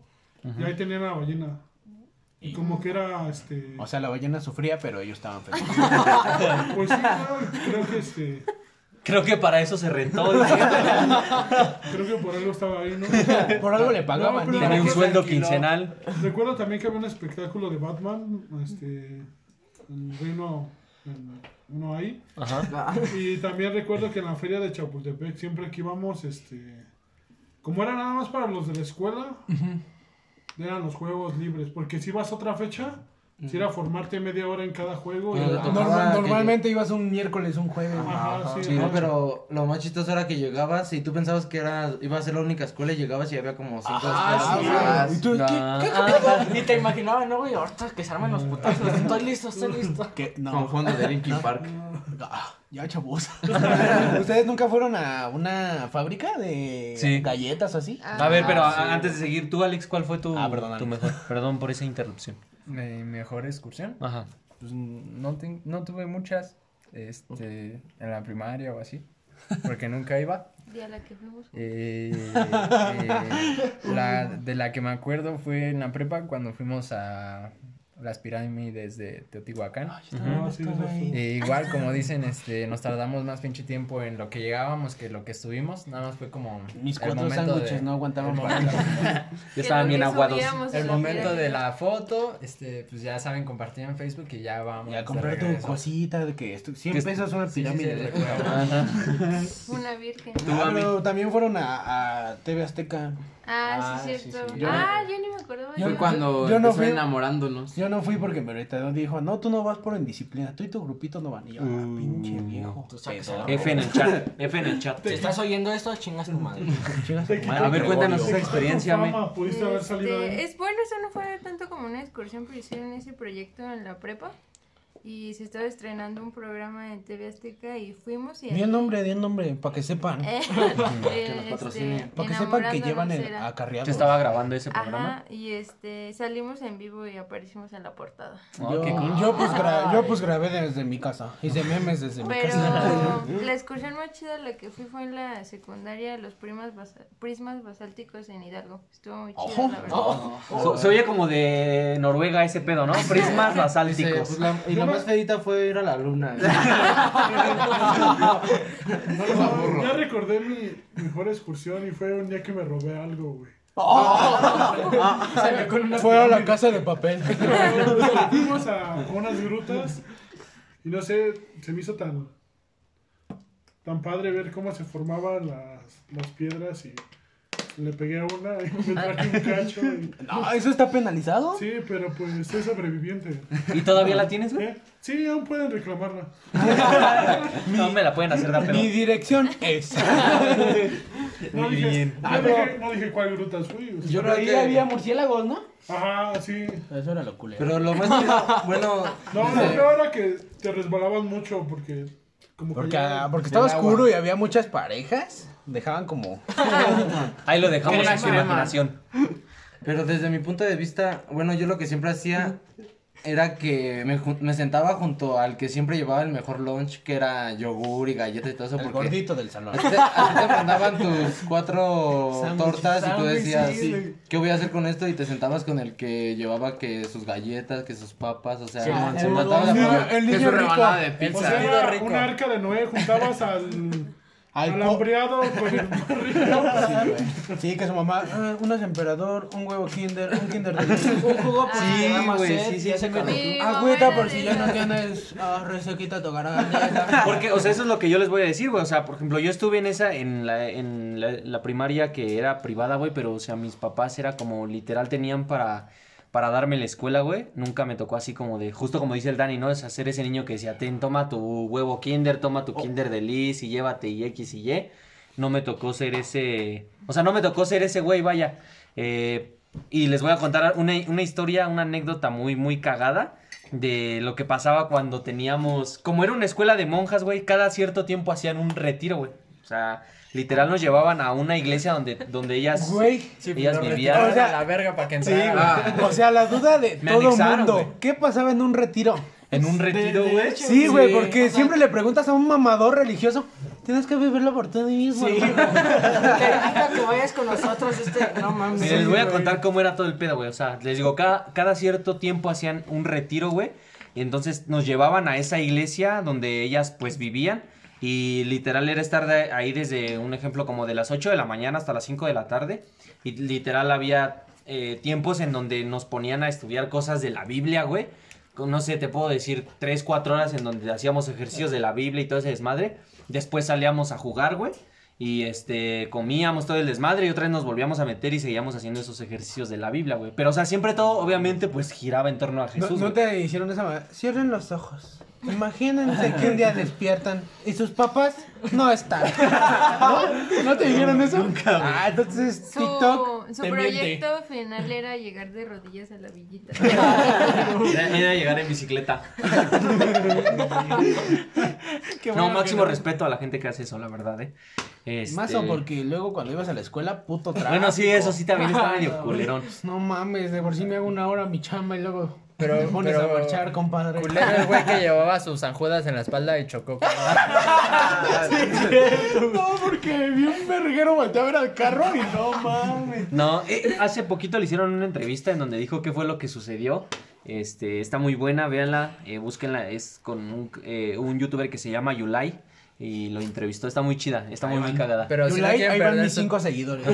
Y ahí tenían a la ballena. Y como que era este.
O sea, la ballena sufría, pero ellos estaban felices.
Pues sí, no, creo que este.
Creo que para eso se rentó. dice.
Creo que por algo estaba ahí, ¿no?
Por algo le pagaban.
No, pero-
Tenía un sueldo
Tranquilo.
quincenal.
Recuerdo también que había un espectáculo de Batman, este, en Reino, en- uno ahí. Y también recuerdo que en la feria de Chapultepec siempre que íbamos, este, como era nada más para los de la escuela, eran los juegos libres, porque si vas a otra fecha, si era formarte media hora en cada juego. y-
Ah,
Normal-
Tocaba que-
normalmente ibas un miércoles, un jueves.
Ajá, sí,
Sí, no,
ajá.
pero lo más chistoso era que llegabas y tú pensabas que era, iba a ser la única escuela y llegabas y había como cinco
Ah,
escuelas más.
sí. ¿Y tú,
No.
¿qué-
Ah,
Ni te imaginaba, ¿no, güey? Ahorita que se armen los
Mm.
putazos. Estoy listo, estoy listo.
qué-
Con
No.
fondo de Linkin Park.
Ah, Ya, chavos. ¿Ustedes nunca fueron a una fábrica de
Sí.
galletas o así?
Ah,
ah,
a ver, pero a- antes de seguir, tú, Alex, ¿cuál fue tu,
Ah, perdón,
tu
Alex.
mejor? Perdón por esa interrupción.
Mi mejor excursión.
Ajá.
Pues no, ten- no tuve muchas. Este, en la primaria o así. Porque nunca iba.
Día a la que fuimos.
Eh, eh, la, de la que me acuerdo fue en la prepa cuando fuimos a las pirámides de Teotihuacán.
Ah, sí, eso sí.
Eh, igual, como dicen, este, nos tardamos más pinche tiempo en lo que llegábamos que lo que estuvimos. Nada más fue como
Mis
el
cuatro
momento
sándwiches
de-
no aguantaban
el
para
momento-
Ya estaban bien aguados.
El momento de la foto, este, pues ya saben, compartir en Facebook y ya vamos.
Y a
de
comprar tu
regreso.
cosita de que esto, 100
Que-
pesos una
Sí, sí,
pirámide.
sí,
de-
recuerdo.
Una virgen.
Ah, pero también fueron a, a TV Azteca.
Ah,
Ah,
sí, es
sí,
cierto.
sí.
Yo-
Ah, yo ni me acordaba.
Yo-
Fue cuando
yo no
empezó
fui.
enamorándonos.
Yo no fui porque me retadó, dijo, no, tú no vas por indisciplina, tú y tu grupito no van. Y yo, ah, pinche viejo.
Tú sacas
pedo.
a la-
F en el chat. F en el chat.
Si estás oyendo esto, chingas tu madre.
Chingas
Te
tu madre,
A ver,
Gregorio.
cuéntanos
Te
esa
quitó tu
experiencia, me.
fama, Este, Pudiste haber salido
Este,
ahí.
Es bueno, eso no fue tanto como una excursión, pero hicieron ese proyecto en la prepa. Y se estaba estrenando un programa en TV Azteca y fuimos y
Di el nombre, di el nombre, para que sepan.
Eh,
nos
este,
patrocinen.
para que sepan que llevan
enamorándonos
el
era.
acarreado.
Yo estaba grabando ese programa.
Ajá, y este, salimos en vivo y aparecimos en la portada.
Oh,
yo,
qué cool.
yo, pues, gra- yo, pues, grabé desde mi casa. Hice memes desde mi
Pero
casa.
la excursión más chida a la que fui fue en la secundaria, los primas basa- prismas basálticos en Hidalgo. Estuvo muy chido, la verdad.
So- se oye como de Noruega ese pedo, ¿no? Prismas
Dice,
basálticos.
pues, la- y
no
la
me-
más feita fue ir a la luna.
No, no, ya recordé mi mejor excursión y fue un día que me robé algo, güey.
Salió con una
Fue a la casa de papel.
Fuimos a unas grutas y no sé, se me hizo tan tan padre ver cómo se formaban las, las piedras y le pegué a una y me traje un cacho. y-
No, Ah, ¿Eso está penalizado?
Sí, pero pues soy sobreviviente.
¿Y todavía la tienes, güey?
¿Eh? Sí, aún pueden reclamarla.
No me la pueden hacer dar, pero.
Mi dirección es.
No
Muy
dije,
bien.
no
Ah,
dije-
pero-
no dije cuál grutas fui. o sea.
Yo
creo
ahí
que-
había murciélagos, ¿no?
Ajá, sí.
Eso era lo culero.
Pero lo más chido- bueno,
No, lo peor era que te resbalabas mucho porque como que
Porque,
ya-
Ah, porque estaba
Del agua.
oscuro y había muchas parejas. Dejaban como.
Ahí lo dejamos
Crema.
en su imaginación.
pero desde mi punto de vista, bueno, yo lo que siempre hacía era que me, jun- me sentaba junto al que siempre llevaba el mejor lunch, que era yogur y galletas y todo eso.
El
porque
gordito del salón.
A ti te, a ti te mandaban tus cuatro
Sándwich,
tortas y tú
sándwich,
decías,
sí, güey.
¿qué voy a hacer con esto? Y te sentabas con el que llevaba que sus galletas, que sus papas, o sea,
Sí, man,
se
sí, Ah,
mataba
man.
la-
El
que
niño
su
rico.
rebanada de
O
pizza.
sea,
Sentido
era
rico.
una arca de Noé, juntabas al,
Al
al
po-
hambriado con el más rico.
Sí, güey. Sí, que su mamá, ah, unos emperador, un huevo kinder, un kinder de leche, un jugo por
Sí,
si te da más
güey,
sed,
sí, sí,
y
sí,
así
me
como,
tocó.
Agüita por si ya no tienes ah, resequita tu garganta.
Porque, o sea, eso es lo que yo les voy a decir, güey. O sea, por ejemplo, yo estuve en esa, en la, en la, la primaria que era privada, güey, pero, o sea, mis papás era como literal tenían para, para darme la escuela, güey. Nunca me tocó así como de, justo como dice el Dani, ¿no? Es hacer ese niño que decía, ten, toma tu huevo kinder, toma
Oh.
tu kinder de Liz y llévate y X y Y. No me tocó ser ese, o sea, no me tocó ser ese güey, vaya. Eh, y les voy a contar una, una historia, una anécdota muy, muy cagada de lo que pasaba cuando teníamos. Como era una escuela de monjas, güey, cada cierto tiempo hacían un retiro, güey. O sea, literal nos llevaban a una iglesia donde, donde ellas,
Güey.
ellas vivían.
retiraron. O sea,
la verga para que
Sí,
entrara.
güey.
Ah,
O sea, la duda de
Me
todo
anexaron,
mundo.
güey.
¿Qué pasaba en un retiro?
en un retiro, güey.
Sí, güey, porque siempre le preguntas a un mamador religioso, tienes que vivirlo por ti mismo. hermano".
Hasta que vayas con nosotros, este. No mames.
Miren, les voy a
güey.
contar cómo era todo el pedo, güey. O sea, les digo, cada, cada cierto tiempo hacían un retiro, güey. Y entonces nos llevaban a esa iglesia donde ellas, pues, vivían. Y literal era estar de- ahí desde, un ejemplo, como de las 8 de la mañana hasta las 5 de la tarde. Y literal había eh, tiempos en donde nos ponían a estudiar cosas de la Biblia, güey. Con- No sé, te puedo decir, 3, 4 horas en donde hacíamos ejercicios de la Biblia y todo ese desmadre. Después salíamos a jugar, güey. Y este, comíamos todo el desmadre y otra vez nos volvíamos a meter y seguíamos haciendo esos ejercicios de la Biblia, güey. Pero, o sea, siempre todo, obviamente, pues giraba en torno a
No,
Jesús.
no
güey.
te hicieron esa manera. Cierren los ojos. Imagínense que un día despiertan y sus papás no están. ¿No? ¿No te dijeron eso? Ah, entonces
Su,
TikTok
su
te miente.
proyecto final era llegar de rodillas a la villita.
Era, era llegar en bicicleta. no, máximo respeto a la gente que hace eso, la verdad, eh. Este,
Más o porque luego cuando ibas a la escuela, puto trabajo.
Bueno, sí, eso sí también está medio culerón.
Ah, No mames, de por sí me hago una hora mi chamba y luego
Pero-
me pones
pero-
a marchar, compadre.
Ah, Culero el güey que llevaba sus anjuelas en la espalda y chocó con
No, porque vi un verguero volteé a ver al carro y no mames.
No, eh, hace poquito le hicieron una entrevista en donde dijo qué fue lo que sucedió. Este, está muy buena, véanla, eh, búsquenla, es con un, eh, un youtuber que se llama Yulai y lo entrevistó, está muy chida, está muy, muy cagada.
Pero si, no
Yulai,
quieren
ahí van
perder
mis
su-
cinco seguidores.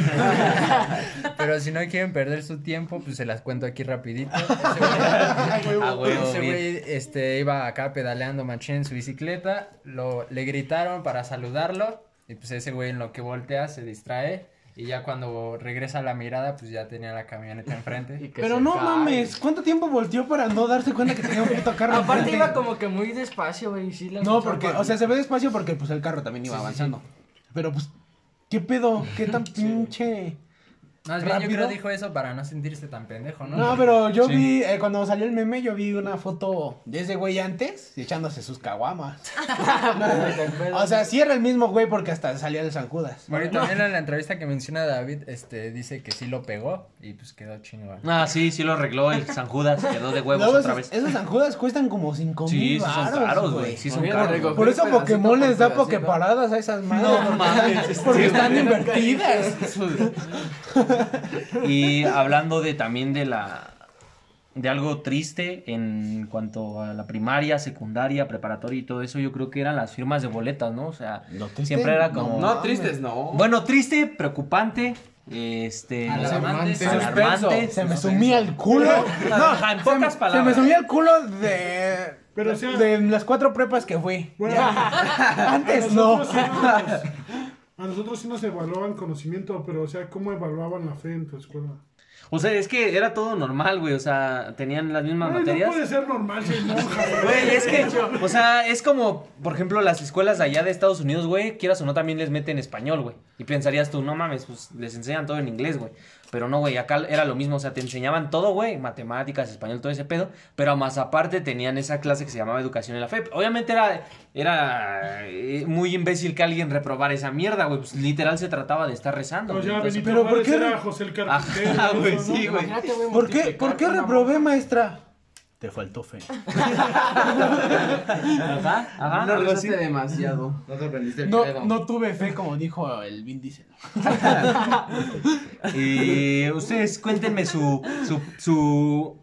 pero si no quieren perder su tiempo, pues se las cuento aquí rapidito.
Ah, güey,
Ese
bien.
güey este, iba acá pedaleando machín en su bicicleta, lo, le gritaron para saludarlo y pues ese güey en lo que voltea se distrae y ya cuando regresa la mirada pues ya tenía la camioneta enfrente.
Pero no mames, ¿cuánto tiempo volteó para no darse cuenta que tenía un puto carro?
Aparte
enfrente?
iba como que muy despacio, güey. y Sí, la
No,
escuchaba.
porque, o sea, se ve despacio porque pues el carro también iba avanzando. Pero pues, ¿qué pedo? ¿Qué tan pinche?
Más bien yo
¿Rápido?
creo dijo eso para no sentirse tan pendejo, ¿no?
No, pero yo vi, eh, cuando salió el meme, yo vi una foto de ese güey antes echándose sus caguamas. o sea, sí era el mismo güey porque hasta salía de San Judas.
Bueno, y también en la entrevista que menciona David, este, dice que sí lo pegó y pues quedó chingón.
Ah, sí, sí lo arregló el San Judas, quedó de huevos
Luego
otra
esos,
vez.
esos San Judas cuestan como 5
Sí,
mil
sí son
varos,
caros, güey, sí son
Oye,
caros.
algo.
Por eso
Pedacito
Pokémon
por
les da
pedacito.
pokeparadas a esas madres.
No mames,
Porque
sí,
están
güey.
invertidas.
Y hablando de también de la de algo triste en cuanto a la primaria, secundaria, preparatoria y todo eso, yo creo que eran las firmas de boletas, ¿no? O sea,
¿Lo triste?
siempre era como...
No, tristes, no.
Bueno, triste, preocupante, este...
Alarmante.
alarmante.
Se me sumía el culo.
Ajá, en
se-
pocas
Se me
palabras.
sumía el culo de.
Pero, o sea-
de las cuatro prepas que fui.
Bueno,
Antes
a
no.
nosotros sí nos- a nosotros sí nos evaluaban conocimiento, pero, o sea, ¿cómo evaluaban la fe en tu escuela?
O sea, es que era todo normal, güey. O sea, tenían las mismas
Ay, no
materias.
puede ser normal ser monja.
Güey, es que, o sea, es como, por ejemplo, las escuelas de allá de Estados Unidos, güey, quieras o no, también les meten español, güey. Y pensarías tú, no mames, pues les enseñan todo en inglés, güey. Pero no, güey, acá era lo mismo, o sea, te enseñaban todo, güey, matemáticas, español, todo ese pedo, pero más aparte tenían esa clase que se llamaba Educación en la Fe. Obviamente era, era eh, muy imbécil que alguien reprobara esa mierda, güey, pues literal se trataba de estar rezando.
O
güey,
sea,
entonces-
Pues
pero
Benito
pues, ¿por
Juárez
qué?
era José el carpintero.
Ajá,
eso,
güey,
¿no?
sí, güey.
Imagínate, güey,
¿Por qué,
multiplicar
¿Por qué
con una
reprobé,
monja.
maestra? Te faltó fe.
Ajá, ajá.
no rezaste demasiado.
No te aprendiste el
No,
credo.
no tuve fe, como dijo el Vin Diesel.
Y ustedes cuéntenme su, su, su-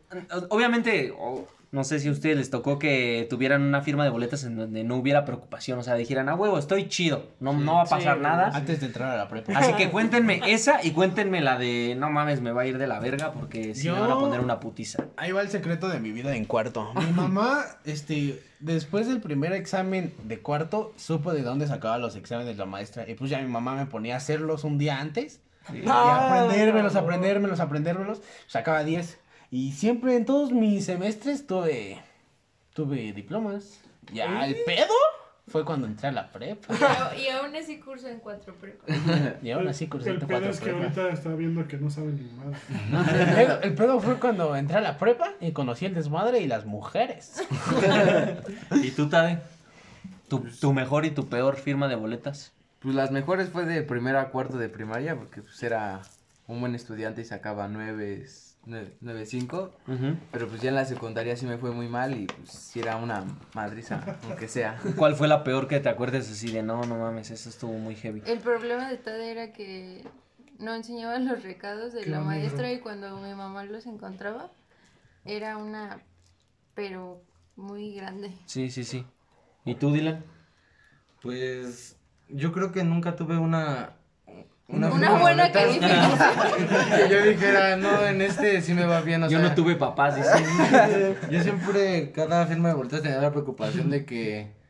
Obviamente, o- no sé si a ustedes les tocó que tuvieran una firma de boletas en donde no hubiera preocupación, o sea, dijeran, ah, huevo, estoy chido, no, no va a pasar nada.
Antes de entrar a la prepa.
Así que cuéntenme esa y cuéntenme la de, no mames, me va a ir de la verga porque si me van a
Yo-
poner una putiza.
Ahí va el secreto de mi vida en cuarto. Mi mamá, este, después del primer examen de cuarto, supo de dónde sacaba los exámenes la maestra. Y pues ya mi mamá me ponía a hacerlos un día antes. Y aprendérmelos, aprendérmelos, aprendérmelos. Sacaba 10. Y siempre en todos mis semestres tuve, tuve diplomas. Ya, el pedo fue cuando entré a la prepa.
Pero- y aún así curso en cuatro prepas.
Y ahora sí cursé
El pedo
cuatro
es que
prepas.
ahorita está viendo que no sabe ni madre.
El pedo, el pedo fue cuando entré a la prepa y conocí el desmadre y las mujeres.
¿Y tú, Tade? ¿Tu, tu mejor y tu peor firma de boletas?
Pues las mejores fue de primero a cuarto de primaria, porque pues era un buen estudiante y sacaba nueve, nueve, nueve cinco.
Ujú.
Pero pues ya en la secundaria sí me fue muy mal y pues sí era una madriza, aunque sea.
¿Cuál fue la peor que te acuerdes así de, no, no mames, eso estuvo muy heavy?
El problema de Tade era que no enseñaba los recados de
Qué
la
amigo.
maestra y cuando mi mamá los encontraba era una pero muy grande.
Sí, sí, sí. ¿Y tú, Dylan?
Pues yo creo que nunca tuve una...
Una buena que
boletas
difícil.
que yo dijera, no, en este sí me va bien. o
Yo
sea,
no tuve papás, dice.
Yo siempre, cada firma de vueltas tenía la preocupación de que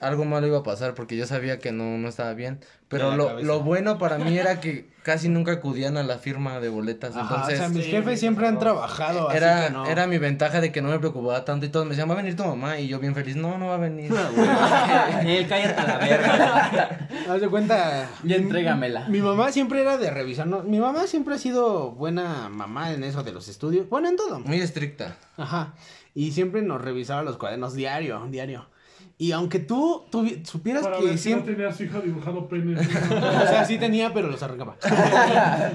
algo malo iba a pasar porque yo sabía que no, no estaba bien. Pero
la
lo,
cabeza.
lo bueno para mí era que casi nunca acudían a la firma de boletas.
Ajá,
entonces,
o sea, mis jefes siempre han trabajado, así
era,
que no.
era mi ventaja de que no me preocupaba tanto y todos me decían, va a venir tu mamá. Y yo bien feliz, no, no va a venir.
Ah,
Él cállate a la verga.
Haz de cuenta,
Ya entrégamela.
mi mamá siempre era de revisarnos. Mi mamá siempre ha sido buena mamá en eso de los estudios. Bueno, en todo.
Muy estricta.
Ajá. Y siempre nos revisaba los cuadernos diario, diario. Y aunque tú, tuvi- supieras
Para
que
ver si no
siempre...
tenía a su hija dibujado pene.
O sea, sí tenía, pero los arrancaba.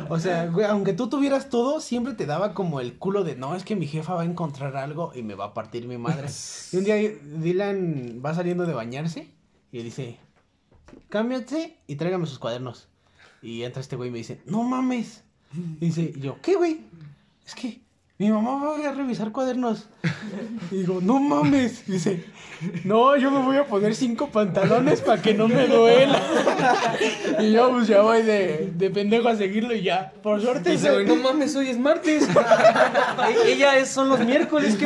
o sea, güey, aunque tú tuvieras todo, siempre te daba como el culo de, no, es que mi jefa va a encontrar algo y me va a partir mi madre. Y un día Dylan va saliendo de bañarse y dice, cámbiate y tráigame sus cuadernos. Y entra este güey y me dice, no mames. Y dice, y yo, ¿qué güey? Es que mi mamá va a revisar cuadernos. Y digo, no mames. Dice, no, yo me voy a poner cinco pantalones para que no me duela. Y yo, pues ya voy de, de pendejo a seguirlo y ya. Por suerte, se-
mames, hoy es martes.
Ella es, son los miércoles, qué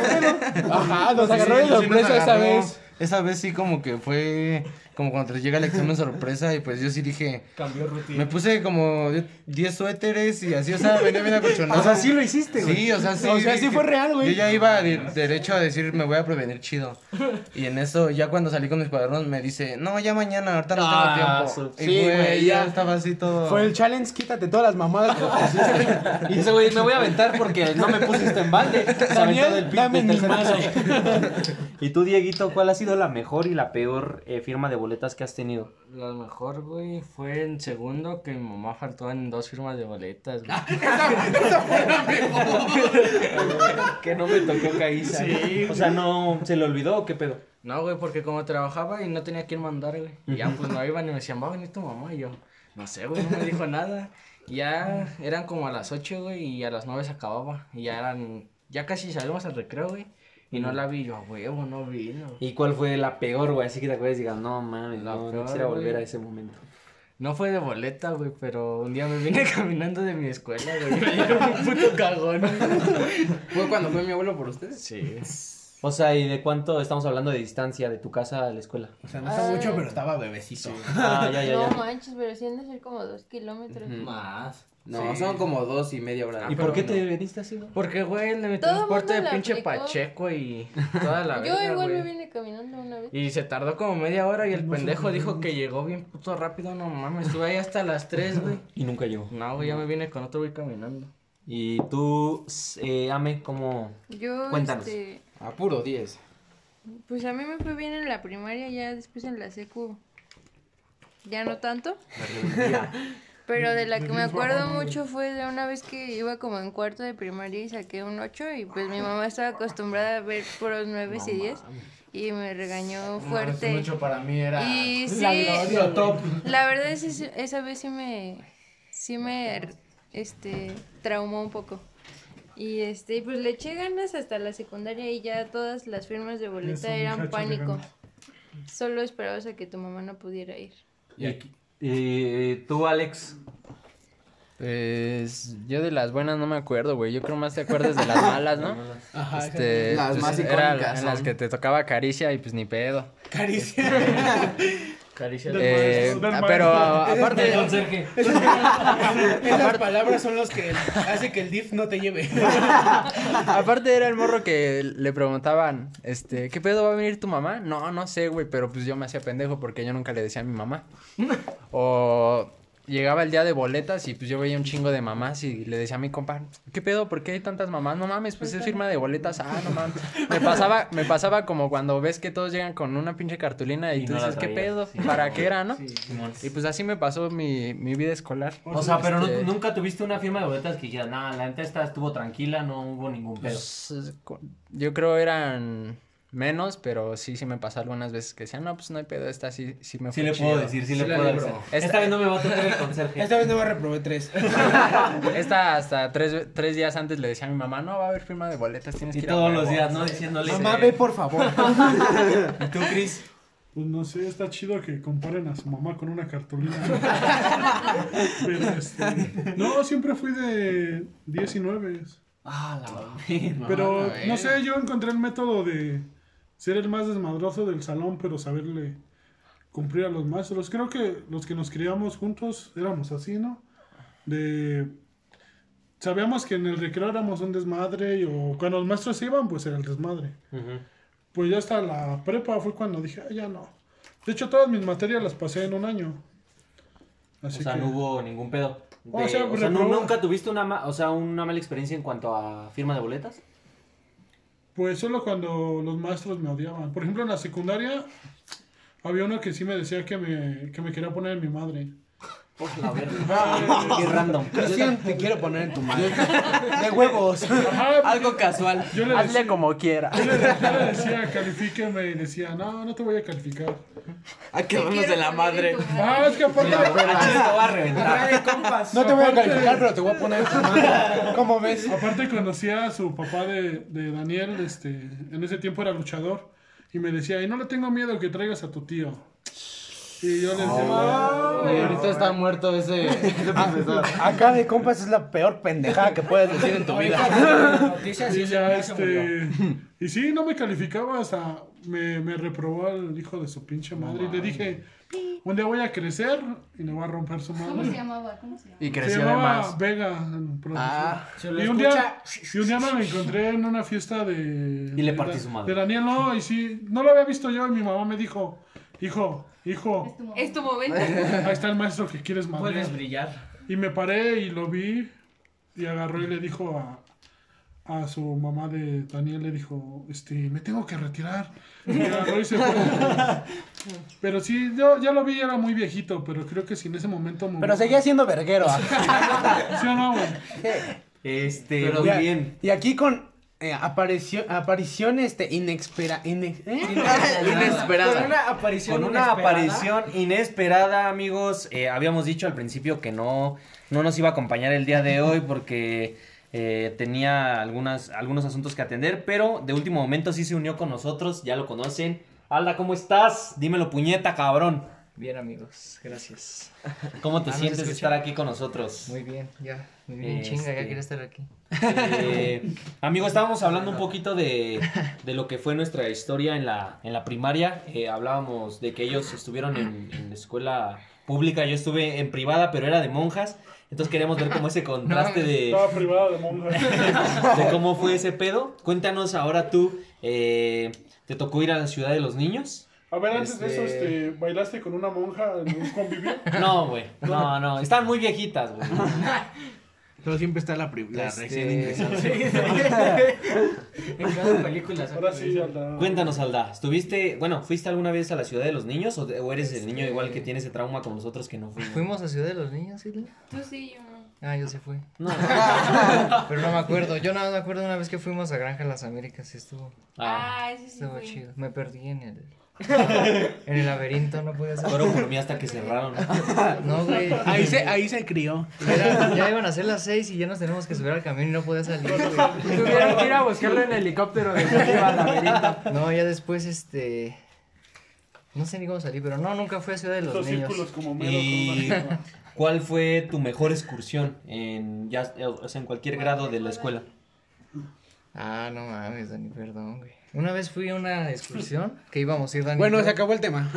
pedo.
Ajá, nos agarró de
Sí, sí nos
sorpresa esa
agarró.
vez.
Esa vez sí como que fue como cuando te llega el examen sorpresa y pues yo sí dije...
Cambió rutina.
Me puse como 10 suéteres y así, o sea, venía bien acolchonado.
O sea, sí lo hiciste, güey.
Sí, o sea, sí.
O sea, sí
dije-
fue real, güey.
Yo ya iba de- derecho a decir, me voy a prevenir chido. Y en eso, ya cuando salí con mis cuadernos, me dice, no, ya mañana, ahorita no tengo
Ah,
tiempo.
su-
Y
sí, güey,
güey, ya
ya.
estaba así todo.
Fue el challenge, quítate todas las mamadas. que te hiciste.
Y ese güey, me voy a aventar porque no me puse esto en balde. Se aventó
Daniel,
del pic
dame
del
mi
tercer
mano.
piso. Y tú, Dieguito, ¿cuál ha sido la mejor y la peor eh, firma de boletas que has tenido?
La mejor, güey, fue en segundo que mi mamá faltó en dos firmas de boletas, güey.
Que no me tocó caíza. O sea, no, ¿se le olvidó o qué pedo?
No, güey, porque como trabajaba y no tenía quién mandar, güey. Y ya pues no iban y me decían, va a venir tu mamá. Y yo, no sé, güey, no me dijo nada. Y ya eran como a las 8, güey, y a las 9 se acababa. Y ya eran ya casi salimos al recreo, güey. Y no la vi yo, a huevo, no vino.
¿Y cuál fue la peor, güey? Así que te acuerdas y digas, no mames,
La
no, no
peor,
quisiera volver
güey.
a ese momento.
No fue de boleta, güey, pero un día me vine caminando de mi escuela, güey. y Me dieron un puto cagón.
¿Fue cuando fue mi abuelo por ustedes?
Sí.
O sea, ¿y de cuánto estamos hablando de distancia de tu casa a la escuela?
O sea, no está
Ay.
mucho, pero estaba bebecito.
Ah, ya, ya,
No
ya.
manches, pero sí han de ser como dos kilómetros.
Ah,
Más.
Ah, No, son como dos y media horas.
¿Y por qué te veniste así, güey?
Porque, güey, en el
Todo
transporte de
mundo la
pinche
aplicó.
Pacheco y toda la
Yo
verga,
igual
güey.
me vine caminando una vez.
Y se tardó como media hora y el pendejo dijo que llegó bien puto rápido, no mames, estuve ahí hasta las 3, güey.
Y nunca llegó.
No, güey, ya me vine con otro güey caminando.
¿Y tú, eh, Ame, cómo?
Yo,
Cuéntanos.
este,
A puro 10.
pues a mí me fue bien en la primaria, ya después en la secu, ya no tanto. Pero de la que me acuerdo mucho fue de una vez que iba como en cuarto de primaria y saqué un 8 y pues mi mamá estaba acostumbrada a ver puros 9 y 10 y me regañó fuerte.
para mí era...
Y sí, la verdad es que esa vez sí me, sí me, este, traumó un poco. Y este, pues le eché ganas hasta la secundaria y ya todas las firmas de
Eso,
boleta
mi hija,
eran
échale
pánico.
ganas.
Solo esperabas a que tu mamá no pudiera ir.
¿Y, y tú, Alex?
Pues yo de las buenas no me acuerdo, güey. Yo creo más te acuerdas de las malas, ¿no?
Ajá,
Este,
Las más
era
icónicas
en las
son.
que te tocaba caricia y pues ni pedo.
caricia.
Caricia
Del
Eh,
maestro, del
ah, pero
maestro.
a- aparte,
Esas palabras son las que hace que el diff no te lleve.
aparte era el morro que le preguntaban, este, ¿qué pedo va a venir tu mamá? No, no sé, güey, pero pues yo me hacía pendejo porque yo nunca le decía a mi mamá. O llegaba el día de boletas y pues yo veía un chingo de mamás y le decía a mi compa, ¿qué pedo? ¿Por qué hay tantas mamás? No mames, pues es firma de boletas. Ah, no mames. Me pasaba, me pasaba como cuando ves que todos llegan con una pinche cartulina y,
Y
tú
no la
dices, ¿qué
traías,
pedo?
sí.
¿Para qué era, no? Y pues así me pasó mi, mi vida escolar.
O sea, pero no-
Este-
nunca tuviste una firma de boletas que dijeras, nada, la neta esta estuvo tranquila, no hubo ningún pedo.
Pues, es cu- yo creo eran menos, pero sí, sí me pasó algunas veces que decían, no, pues no hay pedo, esta sí, sí me fue
Sí le
chido".
puedo decir, sí le
Sí la
puedo
libro.
decir. Esta vez no me va a tocar el conserje.
Esta vez no me reprobé tres.
Esta hasta tres, ve- tres días antes le decía a mi mamá, no, va a haber firma de boletas, tienes
Y
que ir a
todos
huevo".
los días, ¿no? Diciéndole.
Mamá, ve por favor.
¿Y tú, Cris?
Pues no sé, está chido que comparen a su mamá con una cartulina. Pero, este, no, siempre fui de 19.
Ah, la
Pero
a
no sé, yo encontré el método de ser el más desmadroso del salón, pero saberle cumplir a los maestros. Creo que los que nos criamos juntos éramos así, ¿no? De. Sabíamos que en el recreo éramos un desmadre, y- o cuando los maestros se iban, pues era el desmadre. Pues ya hasta la prepa fue cuando dije, "Ah, ya no. De hecho, todas mis materias las pasé en un año.
O
Así
sea,
que.
no hubo ningún pedo.
O
De-
sea,
o sea, ¿nu-
reprobó.
¿nunca tuviste una, ma- o sea, una mala experiencia en cuanto a firma de boletas?
Pues solo cuando los maestros me odiaban. Por ejemplo, en la secundaria había uno que sí me decía que me, que me quería poner en mi madre.
Por la verga. Qué random.
Cristian, te quiero poner en tu madre. De huevos.
Ajá,
Algo casual.
yo le
Hazle
decía,
como quiera.
yo le- yo le decía, califíqueme, y decía, no, no te voy a calificar.
A
Te
quedarnos de
quiero
la
poner
madre.
en tu madre.
Ah, es que aparte,
A Chile te va a reventar.
No te voy a calificar, pero te voy a poner en tu madre. ¿Cómo ves?
aparte conocía a su papá de, de Daniel, este, en ese tiempo era luchador, y me decía, y no le tengo miedo que traigas a tu tío. Y yo le decía,
Güey, ahorita está muerto ese, ese profesor.
Acá de compas es la peor pendejada que puedes decir en tu vida.
Y ya, este. Y sí, no me calificaba hasta. Me, me reprobó al hijo de su pinche madre. y le dije: Un día voy a crecer y le voy a romper su madre.
¿Cómo se llamaba? ¿Cómo se llamaba?
Y
Se
creció de
llamaba
más.
Vega, el profesor.
Ah,
y, un día, y un día me lo encontré en una fiesta de. Y
le partí su madre.
De Daniel, no, y sí. No lo había visto yo y mi mamá me dijo: Hijo, hijo,
Es tu momento.
ahí está el maestro que quieres madre.
Puedes brillar.
Y me paré y lo vi y agarró y le dijo a, a su mamá de Daniel, le dijo, este, me tengo que retirar. Y agarró y se fue. Pero sí, yo ya lo vi, era muy viejito, pero creo que si en ese momento... me-
Pero seguía siendo verguero.
¿Sí o no, güey?
Este,
Pero
muy
Ya,
bien.
Y aquí con eh, aparición, aparición este inexpera, inex- ¿eh?
inesperada.
una aparición
Con una aparición inesperada, amigos. Eh, habíamos dicho al principio que no, no nos iba a acompañar el día de hoy porque eh, tenía algunas, algunos asuntos que atender, pero de último momento sí se unió con nosotros, ya lo conocen. Alda, ¿cómo estás? Dímelo, puñeta, cabrón.
Bien, amigos, gracias.
¿Cómo te
Ah, ¿no se
sientes de
escucha?
estar aquí con nosotros?
Muy bien, ya.
Muy bien, chinga, ya
Este-
quiero estar aquí.
Eh, amigo, estábamos hablando un poquito de, de lo que fue nuestra historia en la, en la primaria. Eh, hablábamos de que ellos estuvieron en, en escuela pública, yo estuve en privada, pero era de monjas. Entonces queríamos ver cómo ese contraste de,
Estaba privada de monjas.
de cómo fue ese pedo. Cuéntanos ahora tú, eh, ¿te tocó ir a la ciudad de los niños?
A ver, antes de eso,
Este-
este, ¿bailaste con una monja en un convivio?
No, güey. No, no. Están muy viejitas, güey.
Pero siempre está la, pri- la
Este-
recién ingresada.
En cada película.
Ahora sí, Alda.
Cuéntanos, Alda, ¿estuviste, bueno, fuiste alguna vez a la ciudad de los niños o, de- o eres el niño igual que tiene ese trauma con nosotros que no fuimos?
Este ¿Fuimos a Ciudad de los Niños, sí? Leo?
Tú sí, yo no.
Ah, yo sí fui.
No.
Pero no me acuerdo. Yo nada más me acuerdo una vez que fuimos a Granja Las Américas y estuvo,
Ah,
Ah, ese sí
estuvo
fue.
chido. Me perdí en el. En el laberinto, no pude hacer.
fueron por mí hasta que cerraron.
No, güey.
Ahí se, ahí se crió.
Era- ya iban a ser las seis y ya nos tenemos que subir al camión y no podía salir, güey.
Tuvieron que ir a buscarlo en helicóptero de arriba al laberinto.
No, ya después, este. No sé ni cómo salí, pero no, nunca fui a Ciudad de los
Los
Niños.
círculos como mero.
¿Y cuál fue tu mejor excursión en, ya, o sea, en cualquier grado de la escuela?
Ah, no mames, Dani, perdón, güey. Una vez fui a una excursión que íbamos a ir, Dani.
Bueno,
creo,
se acabó el tema.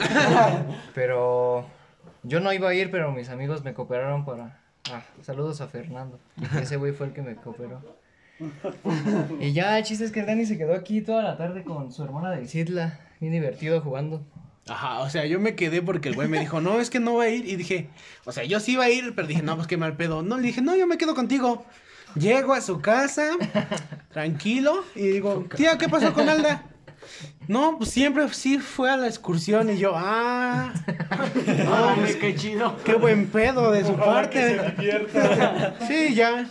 Pero yo no iba a ir, pero mis amigos me cooperaron para... Ah, saludos a Fernando. Ese güey fue el que me cooperó. Y ya, el chiste es que el Dani se quedó aquí toda la tarde con su hermana del Sidla. Bien divertido jugando.
Ajá, o sea, yo me quedé porque el güey me dijo, no, es que no va a ir. Y dije, o sea, yo sí iba a ir, pero dije, no, pues qué mal pedo. No, le dije, no, yo me quedo contigo. Llego a su casa, tranquilo, y digo, tía, ¿qué pasó con Alda? No, pues siempre sí fue a la excursión. Y yo, ah,
No, mames, qué chido.
qué buen pedo de su
Ojalá que se
parte.
divierta.
Sí, ya.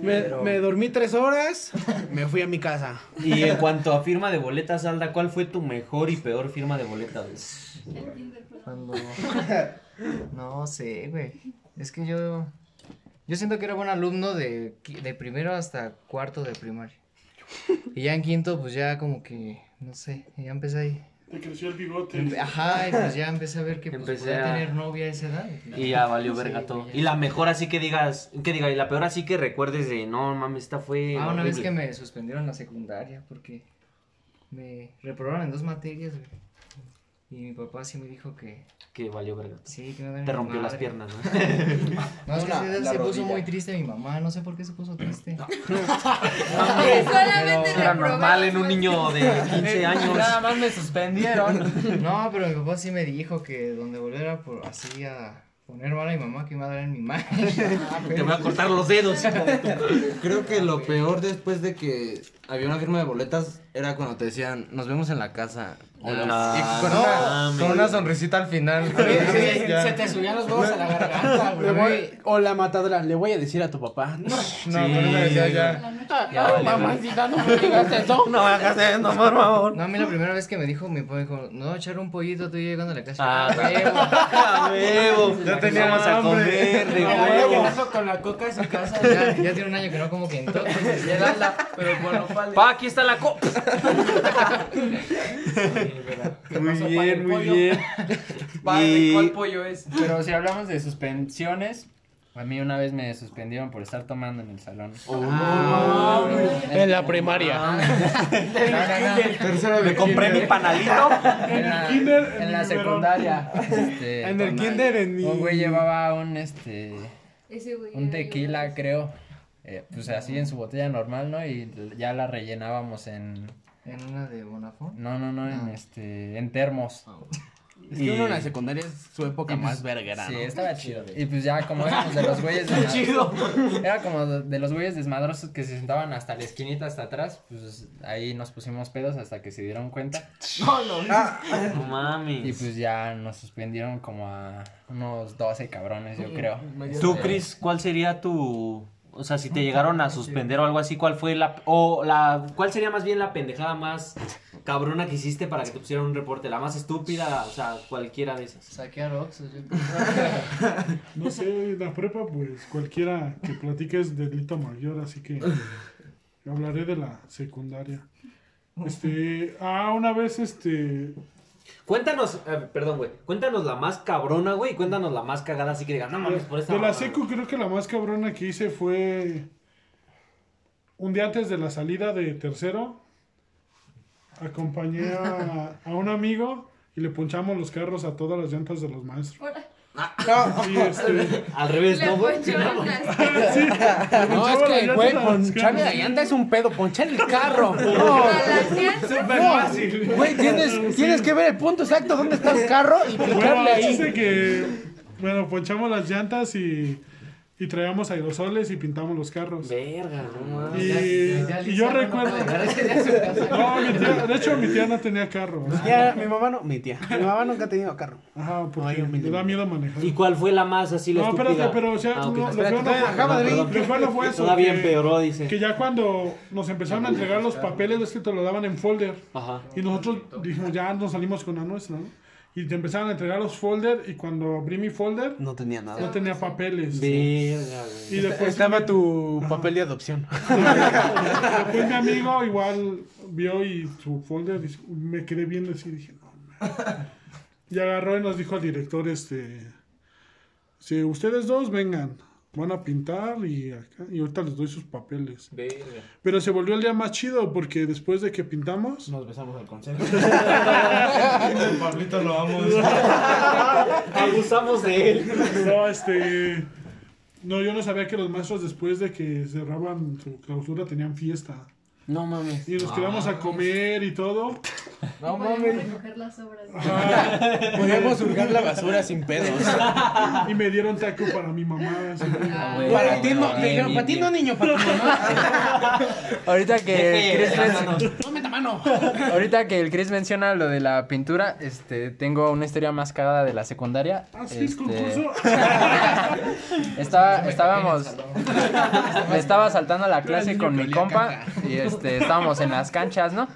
Me, me dormí tres horas, me fui a mi casa.
Y en cuanto a firma de boletas, Alda, ¿cuál fue tu mejor y peor firma de boletas?
Cuando... No sé, güey. Es que yo... Yo siento que era buen alumno de, qui- de primero hasta cuarto de primaria. Y ya en quinto, pues ya como que... No sé, ya empecé ahí.
Te creció el bigote.
Empe- Ajá, y pues ya empecé a ver que pues,
Empecé
podía
a-
tener novia a esa edad.
Y ya valió verga todo. Y la mejor así que digas, que diga, y la peor así que recuerdes de, no mames, esta fue
Ah, una vez
horrible".
que me suspendieron la secundaria porque me reprobaron en dos materias, güey. Y mi papá sí me dijo que
que valió verga.
sí, que me daba
Te
mi
rompió las
madre.
piernas, ¿no?
No, es que
Una,
esa edad
la
se puso
Eh,
rodilla.
muy triste mi mamá, no sé por qué se puso triste.
Solamente
Era
reprobamos
normal en un niño de 15 años.
Nada más me suspendieron.
No, pero mi papá sí me dijo que donde volviera por así a poner mal a mi mamá que me iba a dar en mi madre.
Te voy a cortar los dedos.
Creo que lo peor después de que había una firma de boletas era cuando te decían, nos vemos en la casa.
Ah,
y con,
no
una,
mames.
con una sonrisita al final.
Se te subían los huevos a la garganta,
Le
güey.
voy- o la matadora, le voy a decir a tu papá. No,
No, pero me decía ya.
Ya vale,
mamacita, no me digas eso.
No hagas eso, por favor.
No, a mí la primera vez que me dijo, mi papá dijo, no, echar un pollito tú llegando a la casa.
Ah,
huevo.
A huevo.
Ya tenía
Vamos a
hambre.
comer de huevo.
Huevo con la coca en su casa.
ya, ya tiene un año que no como que entonces.
Y el ala, pero bueno, vale.
Pa, aquí está la copa.
Muy bien, muy bien.
Y-
¿Cuál pollo es?
Pero si hablamos de suspensiones, a mí una vez me suspendieron por estar tomando en el salón.
Oh.
Ah, En la primaria.
Tercera
Me compré mi panalito.
En la,
kinder,
en
en
la
el biberón.
secundaria. este,
En el
con-
kinder, en mi...
Un güey llevaba un este
Ese güey
un
era
tequila,
yo.
creo. eh, pues así en su botella normal, ¿no? Y l- ya la rellenábamos en.
En una de Bonafón.
No, no, no,
Ah.
en este. en termos.
Es que uno en la secundaria es su época
pues,
más verguera,
Sí,
¿no?
estaba chido. Y pues ya como éramos de los güeyes de chido. Era como de de los güeyes desmadrosos que se sentaban hasta la esquinita hasta atrás, pues ahí nos pusimos pedos hasta que se dieron cuenta.
No
Y
mames.
pues ya nos suspendieron
Mm,
como a unos 12 cabrones, yo creo.
Tú, Chris, ¿cuál sería tu O sea, si te llegaron a suspender o algo así, ¿cuál fue la o la cuál sería más bien la pendejada más cabrona que hiciste para que te pusieran un reporte, la más estúpida, o sea, cualquiera de esas?
Saquear Oxxo, yo
No sé, la prepa, pues cualquiera que platique es delito mayor, así que hablaré de la secundaria. Este, ah, una vez este,
Cuéntanos, eh, perdón, güey. Cuéntanos la más cabrona, güey, y cuéntanos la más cagada, así que digan, no mames, por esta
De la
mamada,
secu creo que la más cabrona que hice fue un día antes de la salida de tercero. Acompañé a, a un amigo y le ponchamos los carros a todas las llantas de los maestros. Y este,
güey. Al revés,
Le
¿no, güey?
poncho unas-
No, es que,
la
güey,
llanta de los
poncharle la
carros.
llanta es un pedo, ponchar el carro. No,
balanceando.
no. Güey, tienes, tienes que ver el punto exacto dónde está el carro y
Bueno,
picarle
el
ahí.
chiste que. Bueno, ponchamos las llantas y, y traíamos aerosoles y pintamos los carros.
Verga, no mames.
Y, y yo recuerdo. No, mi tía- de hecho, mi tía no tenía carro. ¿eh?
Ya, mi mamá no, mi tía. Mi mamá nunca ha tenido carro.
Ajá,
Ay,
porque
humilde.
me da miedo manejar.
¿Y cuál fue la más así la
No,
estúpida?
espérate, pero o sea,
Ah, ok.
no, lo
Espérate,
feo no
todavía
fue-
acaba de
no,
ir.
perdón. Lo feo no fue eso.
Todavía
que-
empeoró, dice.
Que ya cuando nos empezaron a entregar los papeles, ves que te lo daban en folder.
Ajá.
Y nosotros dijimos, ya nos salimos con la nuestra, ¿no? Y te empezaron a entregar los folder y cuando abrí mi folder,
No tenía nada.
no tenía papeles.
Verga, güey.
Y después,
Estaba Pues tu papel de adopción.
después mi amigo igual vio y su folder, dice, me quedé viendo así y dije, no. man". Y agarró y nos dijo al director, este, si ustedes dos vengan, van a pintar y, acá, y ahorita les doy sus papeles.
Verga.
Pero se volvió el día más chido porque después de que pintamos,
Nos besamos al consejo.
Pablito lo amo.
Abusamos de él.
no, este. No, yo no sabía que los maestros después de que cerraban su clausura tenían fiesta.
No mames.
Y nos quedamos a comer y todo.
No mames.
Podíamos hurgar la basura sin pedos.
Y me dieron taco para mi mamá. así.
Para ti no, te dijeron, para ti no, niño, para ti no.
Ahorita que Chris men-
No meta mano.
ahorita que el Chris menciona lo de la pintura, este, tengo una historia más cagada de la secundaria.
Ah,
Así es,
Este,
concurso.
Estaba, estábamos, me estaba saltando la clase con mi compa y este, estábamos en las canchas, ¿no?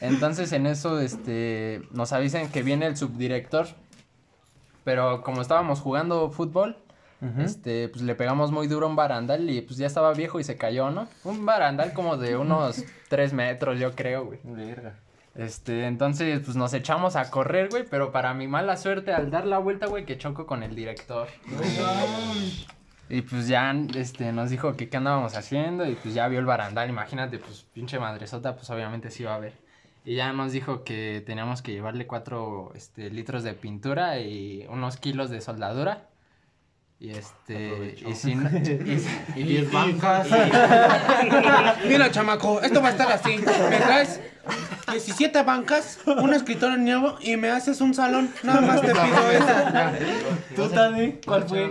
Entonces en eso, este, nos avisan que viene el subdirector, pero como estábamos jugando fútbol, este, pues le pegamos muy duro a un barandal y pues ya estaba viejo y se cayó, ¿no? Un barandal como de unos tres metros, yo creo, güey.
Verga.
Este, entonces, pues nos echamos a correr, güey, pero para mi mala suerte, al dar la vuelta, güey, que choco con el director. Y pues ya, este, nos dijo que qué andábamos haciendo y pues ya vio el barandal, imagínate, pues pinche madresota, pues obviamente sí va a ver. Y ya nos dijo que teníamos que llevarle cuatro, este, litros de pintura y unos kilos de soldadura. Y este, y si no- y si-
Y 10 bancas.
Mira, chamaco, esto va a estar así. Me traes 17 bancas, un escritorio nuevo y me haces un salón. Nada más te pido eso.
¿Tú, Tade? ¿Cuál fue,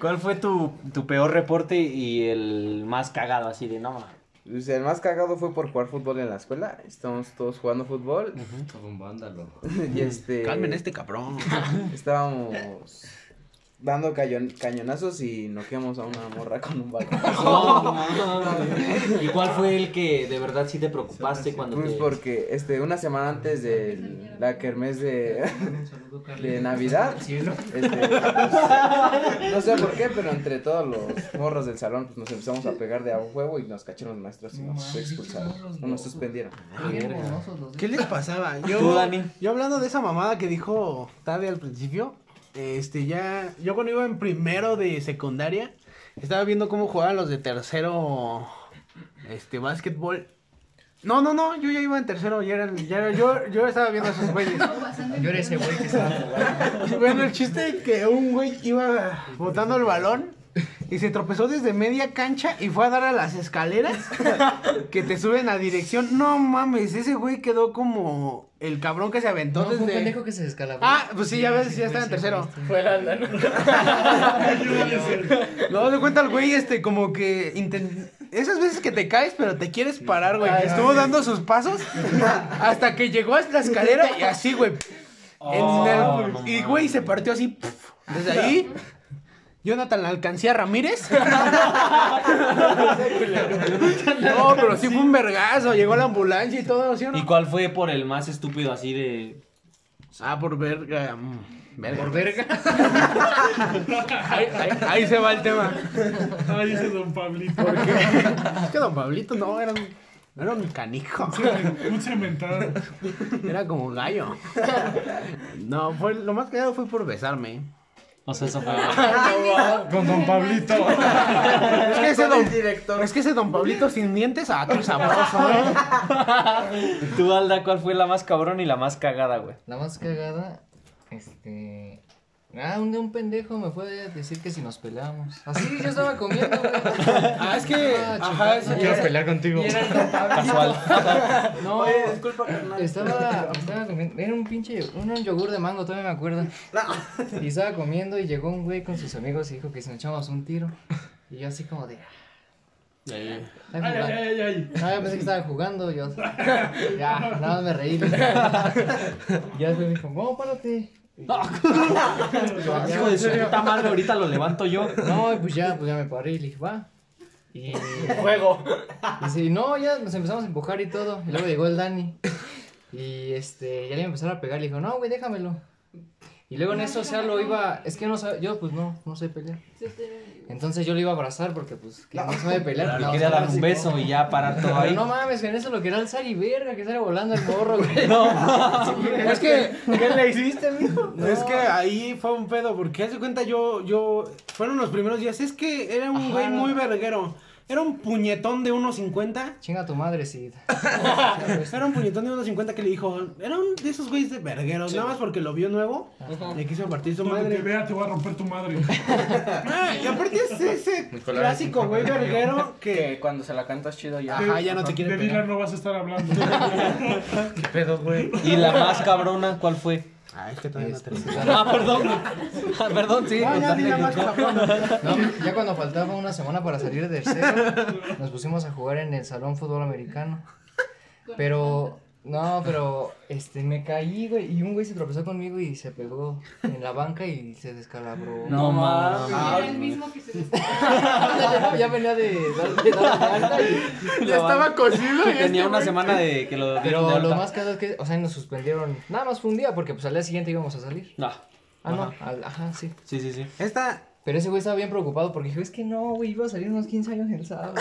cuál fue tu, tu peor reporte y el más cagado así de no mames?
Pues, el más cagado fue por jugar fútbol en la escuela. Estábamos todos jugando fútbol.
Un vándalo.
y este.
Calmen a este cabrón.
Estábamos dando cañon- cañonazos y noqueamos a una morra con un balón.
No, mames. ¿Y cuál fue el que de verdad sí te preocupaste cuando
Pues
te...
porque este, una semana antes de la kermés de, de Navidad, este, pues, no sé por qué, pero entre todos los morros del salón pues, nos empezamos a pegar de a huevo y nos cacharon los maestros y nos expulsaron, no, nos suspendieron.
¿Qué les pasaba? Yo,
Tú, Dani.
yo hablando de esa mamada que dijo Tade al principio, este ya, yo cuando iba en primero de secundaria, estaba viendo cómo jugaban los de tercero, este, básquetbol. No, no, no, yo ya iba en tercero, ya era, ya era- yo, yo estaba viendo a esos güeyes.
Yo era ese güey que estaba.
Bueno, el chiste es que un güey iba botando el balón y se tropezó desde media cancha y fue a dar a las escaleras que te suben a dirección. No mames, ese güey quedó como el cabrón que se aventó
No, fue un
desde.
pendejo que se descalabró.
Ah, pues sí, ya ves, ya está en tercero. No, de cuenta el güey, este, como que inten- esas veces que te caes, pero te quieres parar, güey. Estuvo dando sus pasos hasta que llegó a la escalera y así, güey. En el-
Oh, no
y güey, se partió así. pf, Desde ahí. Jonathan, ¿la alcancé a Ramírez? no, pero sí fue un vergazo. Llegó la ambulancia y todo, ¿sí o no?
¿Y cuál fue por el más estúpido así de.
Ah, por verga. mm, verga. Por verga. ahí, ahí- ahí se va el tema.
Ay, ese don Pablito.
Porque es que don Pablito no era un, no era un canijo.
Un cementado.
Era como un gallo. No, fue, lo más cagado fue por besarme.
O sea, eso fue.
Con Don Pablito.
Es que ese don,
director.
es que ese don Pablito sin dientes, ah, qué sabroso, ¿eh?
Tú, Alda, ¿cuál fue la más cabrón y la más cagada, güey?
La más cagada, este. Ah, un día un pendejo me fue a decir que si nos peleábamos. Así yo estaba comiendo, güey.
Ah, es que.
Ah,
Ajá,
chingada.
es-
pelear contigo.
Casual.
No,
Eh,
disculpa, carnal.
estaba, estaba comiendo. Era un pinche. Un, un yogur de mango, todavía me acuerdo. Y estaba comiendo y llegó un güey con sus amigos y dijo que si nos echamos un tiro. Y yo, así como de. "Ah, "Ay,
Ay,
jugando".
ay, ay, ay.
No, yo pensé que estaba jugando, yo. Ya, nada más me reí. Ya después me dijo, no, párate. "Ah, Y yo,
Ah,
Hijo de su puta madre, ahorita lo levanto yo.
No, y pues ya, pues ya me paré y le dije, va. Y juego. Y sí, no, ya nos empezamos a empujar y todo. Y luego llegó el Dani. Y este, ya le empezaron a pegar. Le dijo, no, güey, déjamelo. Y luego en eso, o sea, lo iba. Es que no sabe, yo pues no, no sé pelear. Entonces yo lo iba a abrazar porque pues que no sabe pelear.
Le
no,
quería dar
así
un
como-
beso y ya parar todo
Pero
ahí.
no mames, en eso lo quería alzar y verga, que sale volando el morro, güey.
Es que. ¿Qué le hiciste, mijo? Es que ahí fue un pedo, porque hace cuenta yo, yo. Fueron los primeros días. Es que era un
Ajá,
güey
no.
muy verguero. Era un puñetón de 1.50.
Chinga tu madre, Sid.
Era un puñetón de 1.50 que le dijo. Era un de esos güeyes de vergueros. Nada más porque lo vio nuevo. Le quiso partir su
Donde te
madre.
vea, te voy a romper tu madre.
Ah, y aparte es ese
Nicolás.
clásico güey verguero que.
Que cuando se la cantas chido ya.
Ah.
Ajá, ya no te
De
quiere
Dylan
pegar.
no vas a estar hablando.
¿Qué pedo, güey?
Y la más cabrona, ¿cuál fue?
Ah, es que todavía no te lo-
Ah, perdón. Ah, perdón, sí.
Ah, ya,
contarle
di la más
que-
cabrona.
No, ya cuando faltaba una semana para salir de tercero, nos pusimos a jugar en el salón fútbol americano. Pero, no, pero, este, me caí, güey, y un güey se tropezó conmigo y se pegó en la banca y se descalabró.
No
Ah.
Era
mames.
el mismo que se
Ándale, ya venía de dar- de dar la banca y-
Ya estaba cocido y Ah, este tenía una semana de que lo dieron de
Pero lo
alta.
más caro es que, o sea, nos suspendieron. Nada más fue un día porque, pues, al día siguiente íbamos a salir.
No.
Ah, no, al- ajá, sí.
Sí, sí, sí.
Esta.
Pero ese güey estaba bien preocupado porque dijo, es que no, güey, iba a salir unos 15 años el sábado.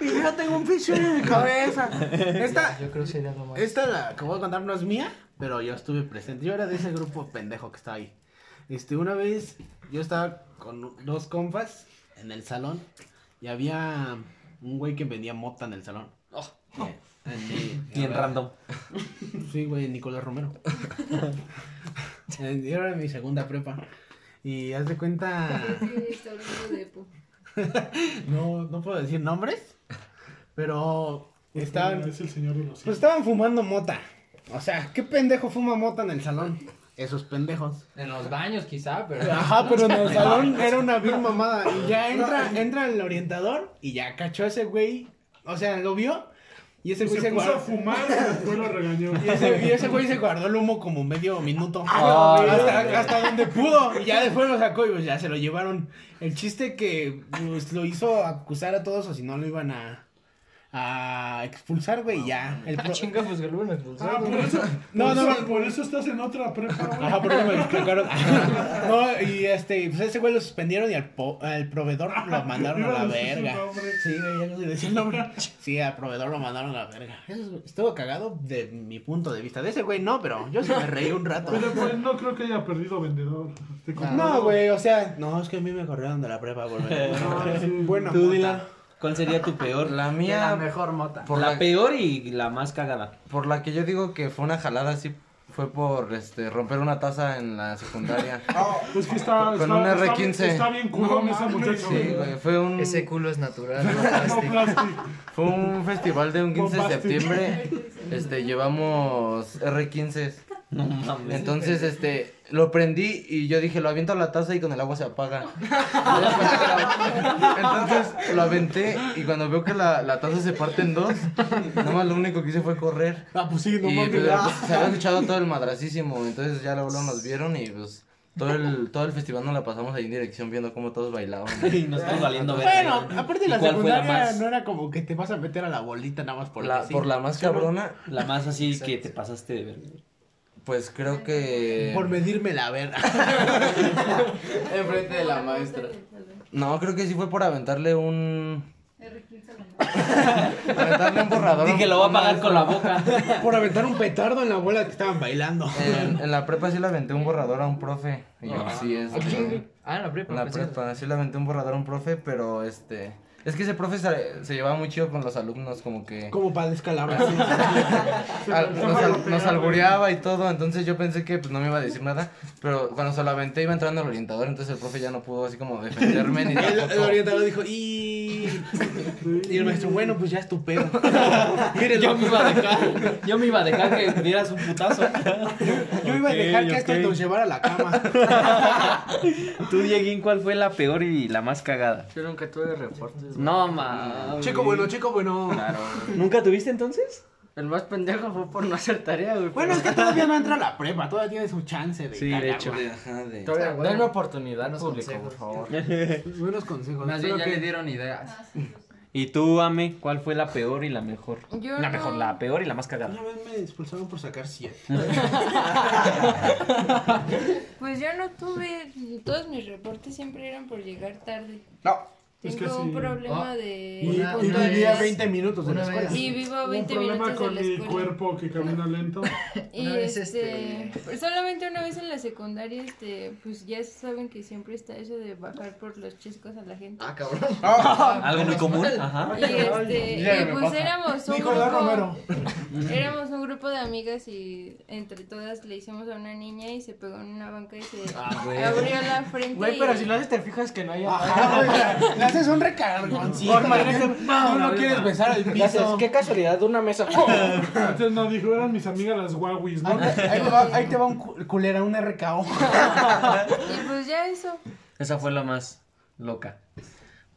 Y yo tengo un picho en mi cabeza. Esta.
Yo creo que sería lo
Pues.
más.
Esta la que voy a contar no es mía, pero yo estuve presente. Yo era de ese grupo pendejo que estaba ahí. Este, una vez yo estaba con dos compas en el salón y había un güey que vendía mota en el salón.
Oh.
Eh, Bien,
Bien random.
Sí, güey, Nicolás Romero. Eh, yo era mi segunda prepa. Y haz de cuenta.
está hablando de Epo.
No, no puedo decir nombres, pero estaban.
Es el señor de los
Pues estaban fumando mota. O sea, ¿qué pendejo fuma mota en el salón? Esos pendejos.
En los baños quizá, pero...
Ajá, pero en el salón era una vil mamada. Y ya entra, entra el orientador y ya cachó a ese güey. O sea, lo vio. Y ese
Y
güey
se
se
puso a
guardó.
fumar y después lo regañó.
Y ese, y ese güey se guardó el humo como medio minuto.
Ah, güey.
hasta, hasta donde pudo. Y ya después lo sacó y pues ya se lo llevaron. El chiste que pues, lo hizo acusar a todos o si no lo iban a, a expulsar, güey.
Ah,
y Ya. El pro-
Chinga, pues que luego me expulsaron.
Ah, por eso.
No,
No,
no,
no,
no. Ah,
Por eso estás en otra prepa, güey.
Ajá, por eso me explicaron. No, y este, pues ese güey lo suspendieron y al, po- al proveedor lo mandaron a
Iba
la
a decir su
verga.
nombre.
Sí, güey, ya no sé decir el nombre. Sí, al proveedor lo mandaron a la verga. Eso estuvo cagado de mi punto de vista. De ese güey no, pero yo sí me reí un rato.
Pero pues no creo que haya perdido vendedor. Te
No,
compró.
güey, o sea, no, es que a mí me corrieron de la prepa por
Ah, sí.
Bueno,
Tú, Dylan, ¿cuál sería tu peor?
La
la
mía,
mejor mota.
por
la
la,
peor y la más cagada.
por la que yo digo que fue una jalada así, fue por este romper una taza en la secundaria.
Ah,
Es que está.
Con
está-
un
está-
R15.
Está bien culón esa muchacha.
Sí,
güey.
güey, fue un,
Mm.
Ese culo es natural.
No plástico.
fue un festival de un 15 de
Bombastic.
septiembre. Este, llevamos R15.
No mames.
Entonces, este, lo prendí y yo dije, lo aviento a la taza y con el agua se apaga. Entonces, lo aventé y cuando veo que la, la taza se parte en dos, nada más lo único que hice fue correr.
Ah, pues sí, no
Y
mames.
pues, se había escuchado todo el madracísimo, entonces ya luego luego nos vieron y pues
Todo el, todo el festival nos la pasamos ahí en dirección viendo cómo todos bailaban.
Y nos estamos valiendo verga.
Bueno, aparte de
¿Y
la
cuál fue la
secundaria
más?
no era como que te vas a meter a la bolita nada más por
La-
sí.
por la más cabrona,
La más así que te pasaste de verga.
pues creo que...
Por medirme la verga.
Enfrente de la maestra.
No, creo que sí fue por aventarle un... aventarle un borrador.
Dije, lo voy a pagar con la
maestro.
boca.
Por aventar un petardo en la abuela que estaban bailando.
En, en la prepa sí le aventé un borrador a un profe. Y yo, sí, este,
Ah, en la prepa.
En la
pensé.
prepa, sí le aventé un borrador a un profe, pero este... Es que ese profe se, se llevaba muy chido con los alumnos, como que...
Como para descalabrar.
al- nos, al- nos albureaba y todo, entonces yo pensé que pues no me iba a decir nada, pero cuando se lo aventé iba entrando el orientador, entonces el profe ya no pudo así como defenderme ni
El, el
tampoco.
orientador dijo, y... y el maestro, bueno, pues ya es tu pedo. Mírenlo.
Yo me iba a dejar, yo me iba a dejar que dieras un putazo.
Yo iba a dejar que esto nos llevara a la cama.
Tú, Dieguín, ¿cuál fue la peor y la más cagada?
Yo nunca tuve reportes. güey.
No, mames.
Chico bueno, chico bueno.
¿Nunca tuviste entonces?
El más pendejo fue por no hacer tarea, güey.
Bueno, es que todavía no entra a la prepa, todavía tiene su chance de
Sí, de
cagar,
hecho.
güey.
Ajá, de-
Todavía,
Bueno,
denme oportunidad,
buenos
público,
consejos.
por favor.
Buenos consejos.
Más bien
Espero
ya
que-
le dieron ideas.
¿Y tú, Ame, cuál fue la peor y la mejor?
Yo
la
no.
mejor, la peor y la más
Una
cagada.
vez me expulsaron por sacar 100.
Pues yo no tuve, todos mis reportes siempre eran por llegar tarde.
No.
Es
Tengo
que
un
sí.
problema
Ah,
de
Y,
Una-
y
puntualidad.
vivía 20 minutos de la
Una vez.
escuela.
Y vivo a
Hubo
20
un problema
minutos de
con
la
mi
escuela.
cuerpo que camina lento.
Y
Una vez,
este,
este-
pues, solamente una vez en la secundaria, este, pues ya saben que siempre está eso de bajar por los chescos a la gente.
Ah, cabrón.
Algo muy común. Ajá.
Y este,
Ya
y,
me
pues
pasa.
éramos un
Nicolás Romero.
grupo, éramos un grupo de amigas y entre todas le hicimos a una niña y se pegó en una banca y se abrió la frente.
Güey,
y-
pero si lo haces te fijas que no hay
Ajá, güey, Le haces un recargoncito. No, no quieres besar al piso.
Qué casualidad, una mesa.
Antes no dijo, eran mis amigas las Huawei, ¿no?
Ahí te va, ahí te va un cu- culera, un RKO.
Y pues ya eso.
Esa fue la más loca.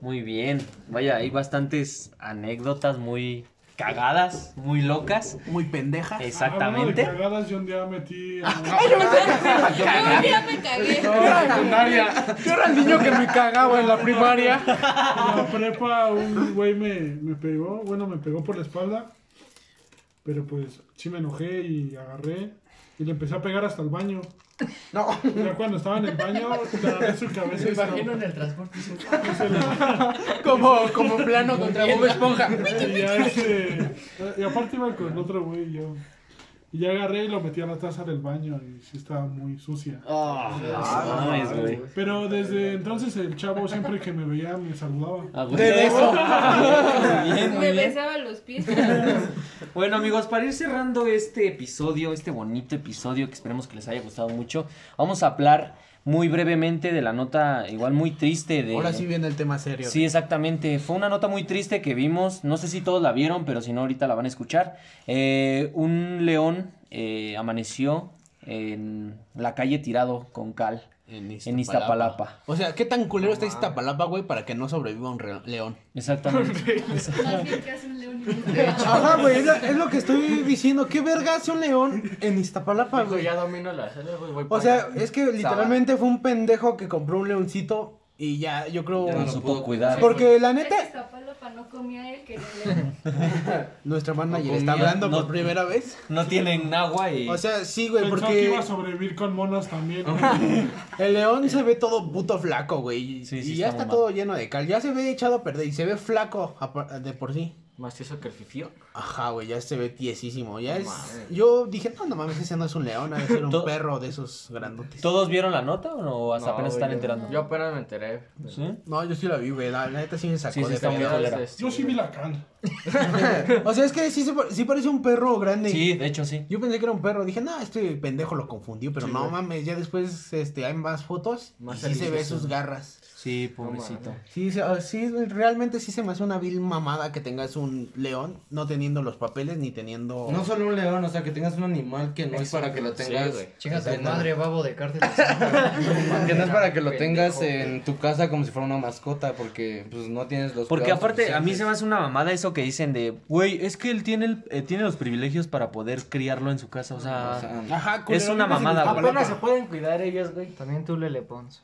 Muy bien. Vaya, hay bastantes anécdotas muy cagadas, muy locas.
Muy pendeja.
Hablando de
Ah,
Exactamente.
cagadas, yo un día metí a...
Yo un día me cagué.
Yo era el niño que me cagaba en la primaria.
En la prepa un güey me, me pegó, bueno, me pegó por la espalda, pero pues sí me enojé y agarré y le empecé a pegar hasta el baño.
No.
Ya cuando estaba en el baño, le agarré su cabeza y se lo-
en el transporte.
Como, como plano contra Bob Esponja.
y ya este... Y aparte iba con otro güey y yo. Y ya agarré y lo metí a la taza del baño y sí estaba muy sucia.
Ah, no mames, güey.
Pero desde entonces el chavo siempre que me veía me saludaba.
Ah, güey. Muy bien, muy
Me
bien.
besaba los pies.
Bueno amigos, para ir cerrando este episodio, este bonito episodio que esperemos que les haya gustado mucho, vamos a hablar muy brevemente de la nota igual muy triste de...
Ahora sí viene el tema serio.
Sí, exactamente. Fue una nota muy triste que vimos. No sé si todos la vieron, pero si no, ahorita la van a escuchar. Eh, un león eh, amaneció en la calle tirado con cal. En Iztapalapa.
O sea, ¿qué tan culero está Iztapalapa, güey, para que no sobreviva un re- león?
Exactamente.
Más bien que hace un león.
Ajá, güey, es, lo- es lo que estoy diciendo. ¿Qué verga hace un león en Iztapalapa, güey?
ya domino la sala, güey. voy
O
para
sea,
allá.
es que literalmente fue un pendejo que compró un leoncito y ya, yo creo...
No
lo
supo
puedo
cuidar.
Porque la
Neta.
neta,
Iztapalapa no comía él, quería león.
nuestra manager
No
está
comía,
hablando
no-
por primera vez.
No tienen agua y...
O sea, sí, güey,
Pensó que
porque
iba a sobrevivir con monos también.
Ah.
el león se ve todo puto flaco, güey.
Sí, sí,
y ya
está
está,
muy mal.
todo lleno de cal. Ya se ve echado a perder y se ve flaco apar- de por sí.
Más que eso que el fifío.
Ajá, güey, ya se ve tiesísimo. Ya es.
mames.
Yo dije, no, no mames, ese no es un león, ha de ser
To-
un perro de esos grandotes.
¿Todos vieron la nota o no? Hasta
No,
apenas
güey,
están
yo-
enterando.
Yo apenas me enteré. güey.
¿Sí?
No, yo sí la vi, güey. La, la neta sí me sacó
Sí, sí,
de
está muy
pedo.
culera.
Este,
Yo sí vi la cal.
O sea, es que sí, se pa- sí parece un perro grande.
Sí, de hecho sí.
Yo pensé que era un perro. Dije, no, este pendejo lo confundió, pero no mames. Ya después este, hay más fotos
Más
y sí se ve
delicioso.
sus garras.
Sí, pobrecito.
Sí, se- ah, sí, realmente sí se me hace una vil mamada que tengas un león no teniendo los papeles ni teniendo...
No solo un león, o sea, que tengas un animal que no es para que lo tengas.
Chinga tu
Exacto.
madre, babo de cárcel.
Que no es para que lo tengas
Pendejo.
en tu casa como si fuera una mascota, porque pues no tienes los
Porque
cuidados
aparte, a mí
suficientes.
se me hace una mamada eso que dicen de, güey, es que él tiene, el- eh, tiene los privilegios para poder criarlo en su casa, o sea,
O sea,
Ajá,
es una mamada, güey.
Apenas se pueden cuidar ellos, güey.
También tú, Lele Pons.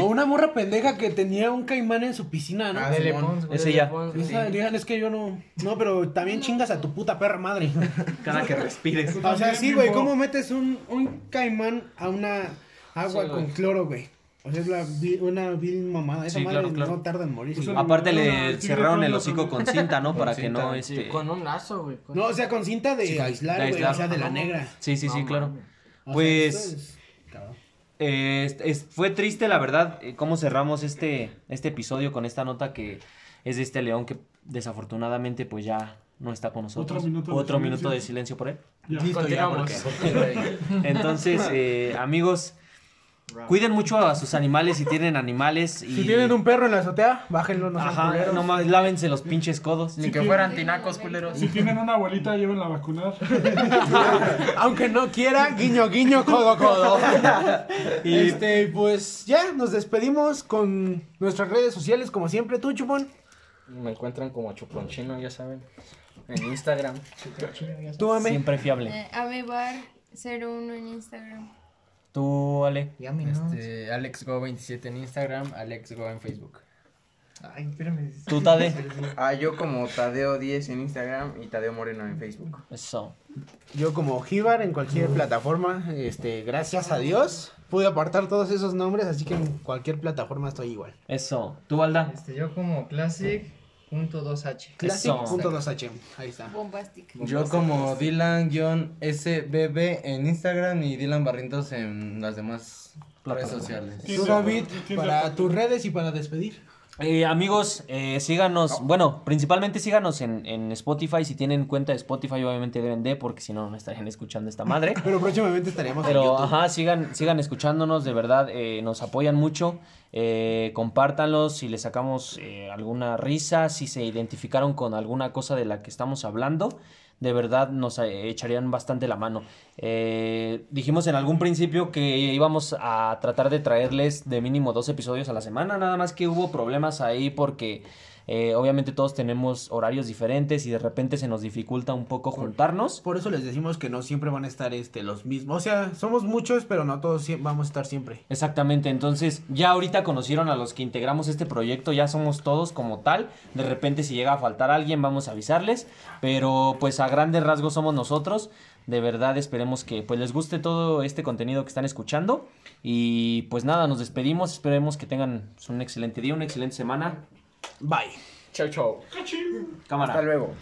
O una morra pendeja que tenía un caimán en su piscina, ¿no?
Ah, Lele
Simón.
Pons, güey.
Ese
Lele
ya.
Pons, güey.
Esa, digan, es que yo no... No, pero también chingas a tu puta perra madre.
Cada que respires.
O sea, sí, güey, ¿cómo metes un, un caimán a una agua
Sí, güey.
con cloro, güey? O sea, es la vi- una vil mamada. Esa
Sí,
madre
claro, Pues claro.
no tarda en morir.
Es
güey.
una-
Aparte
Ah,
le
sí,
cerraron el
creo que
hocico
no.
con cinta, ¿no? Para
Con
que no,
cinta,
este...
Con un lazo, güey. con-
No, o sea, con cinta de aislar,
de
güey.
aislar.
O sea, de la
Ajá.
negra.
Sí, sí, sí,
No
claro.
mames.
O sea,
Pues-
eso es- cabrón.
Eh, es- es- fue triste, la verdad, eh, cómo cerramos este, este episodio con esta nota que es de este león que desafortunadamente pues ya no está con nosotros.
Otro minuto de
Otro
silencio.
minuto de silencio por él.
Ya.
Listo, ya,
Continuamos.
porque-
Entonces, eh, amigos, cuiden mucho a sus animales si tienen animales. Y...
Si tienen un perro en la azotea, bájenlo, no sean
Ajá,
culeros.
nomás lávense los pinches codos.
Ni que fueran tinacos, culeros.
Si tienen una abuelita, llévenla a vacunar.
Aunque no quiera, guiño, guiño, codo, codo.
Y-
Este, pues ya, nos despedimos con nuestras redes sociales, como siempre, tú, Chupón,
Me encuentran como chuponchino, ya saben. En Instagram.
tú, Ame.
Siempre fiable.
Eh, Amebar01 en Instagram.
Tú, Ale.
Ya, mi no.
Este, AlexGo27 en Instagram, AlexGo en Facebook.
Ay, espérame.
Tú, Tade.
Ah, yo como Tadeo10 en Instagram y Tadeo Moreno en Facebook.
Eso.
Yo como Jibar en cualquier plataforma, este, gracias a Dios, pude apartar todos esos nombres, así que en cualquier plataforma estoy igual.
Eso. Tú, Valda.
Este, yo como Classic.2h.
Classic.2h, ahí está.
Bombastic.
Yo
pues,
como Dylan-SBB en Instagram y Dylan Barrientos en las demás redes sociales.
Tú, David, para tus redes y para despedir.
Eh, amigos, eh, síganos, bueno, principalmente síganos en, en Spotify, si tienen cuenta de Spotify obviamente deben de, porque si no, no estarían escuchando esta madre.
Pero próximamente estaremos en
Pero,
YouTube.
ajá, sigan, sigan escuchándonos, de verdad, eh, nos apoyan mucho, eh, compártanlos, si les sacamos eh, alguna risa, si se identificaron con alguna cosa de la que estamos hablando, de verdad nos eh, echarían bastante la mano. Eh, dijimos en algún principio que íbamos a tratar de traerles de mínimo dos episodios a la semana, nada más que hubo problemas ahí porque... eh, obviamente todos tenemos horarios diferentes y de repente se nos dificulta un poco juntarnos.
Por eso les decimos que no siempre van a estar este, los mismos. O sea, somos muchos, pero no todos sie- vamos a estar siempre.
Exactamente, entonces ya ahorita conocieron a los que integramos este proyecto, ya somos todos como tal, de repente si llega a faltar alguien vamos a avisarles, pero pues a grandes rasgos somos nosotros, de verdad esperemos que pues les guste todo este contenido que están escuchando y pues nada, nos despedimos, esperemos que tengan pues, un excelente día, una excelente semana,
Bye.
Chau, chau.
Hasta
cámara.
luego.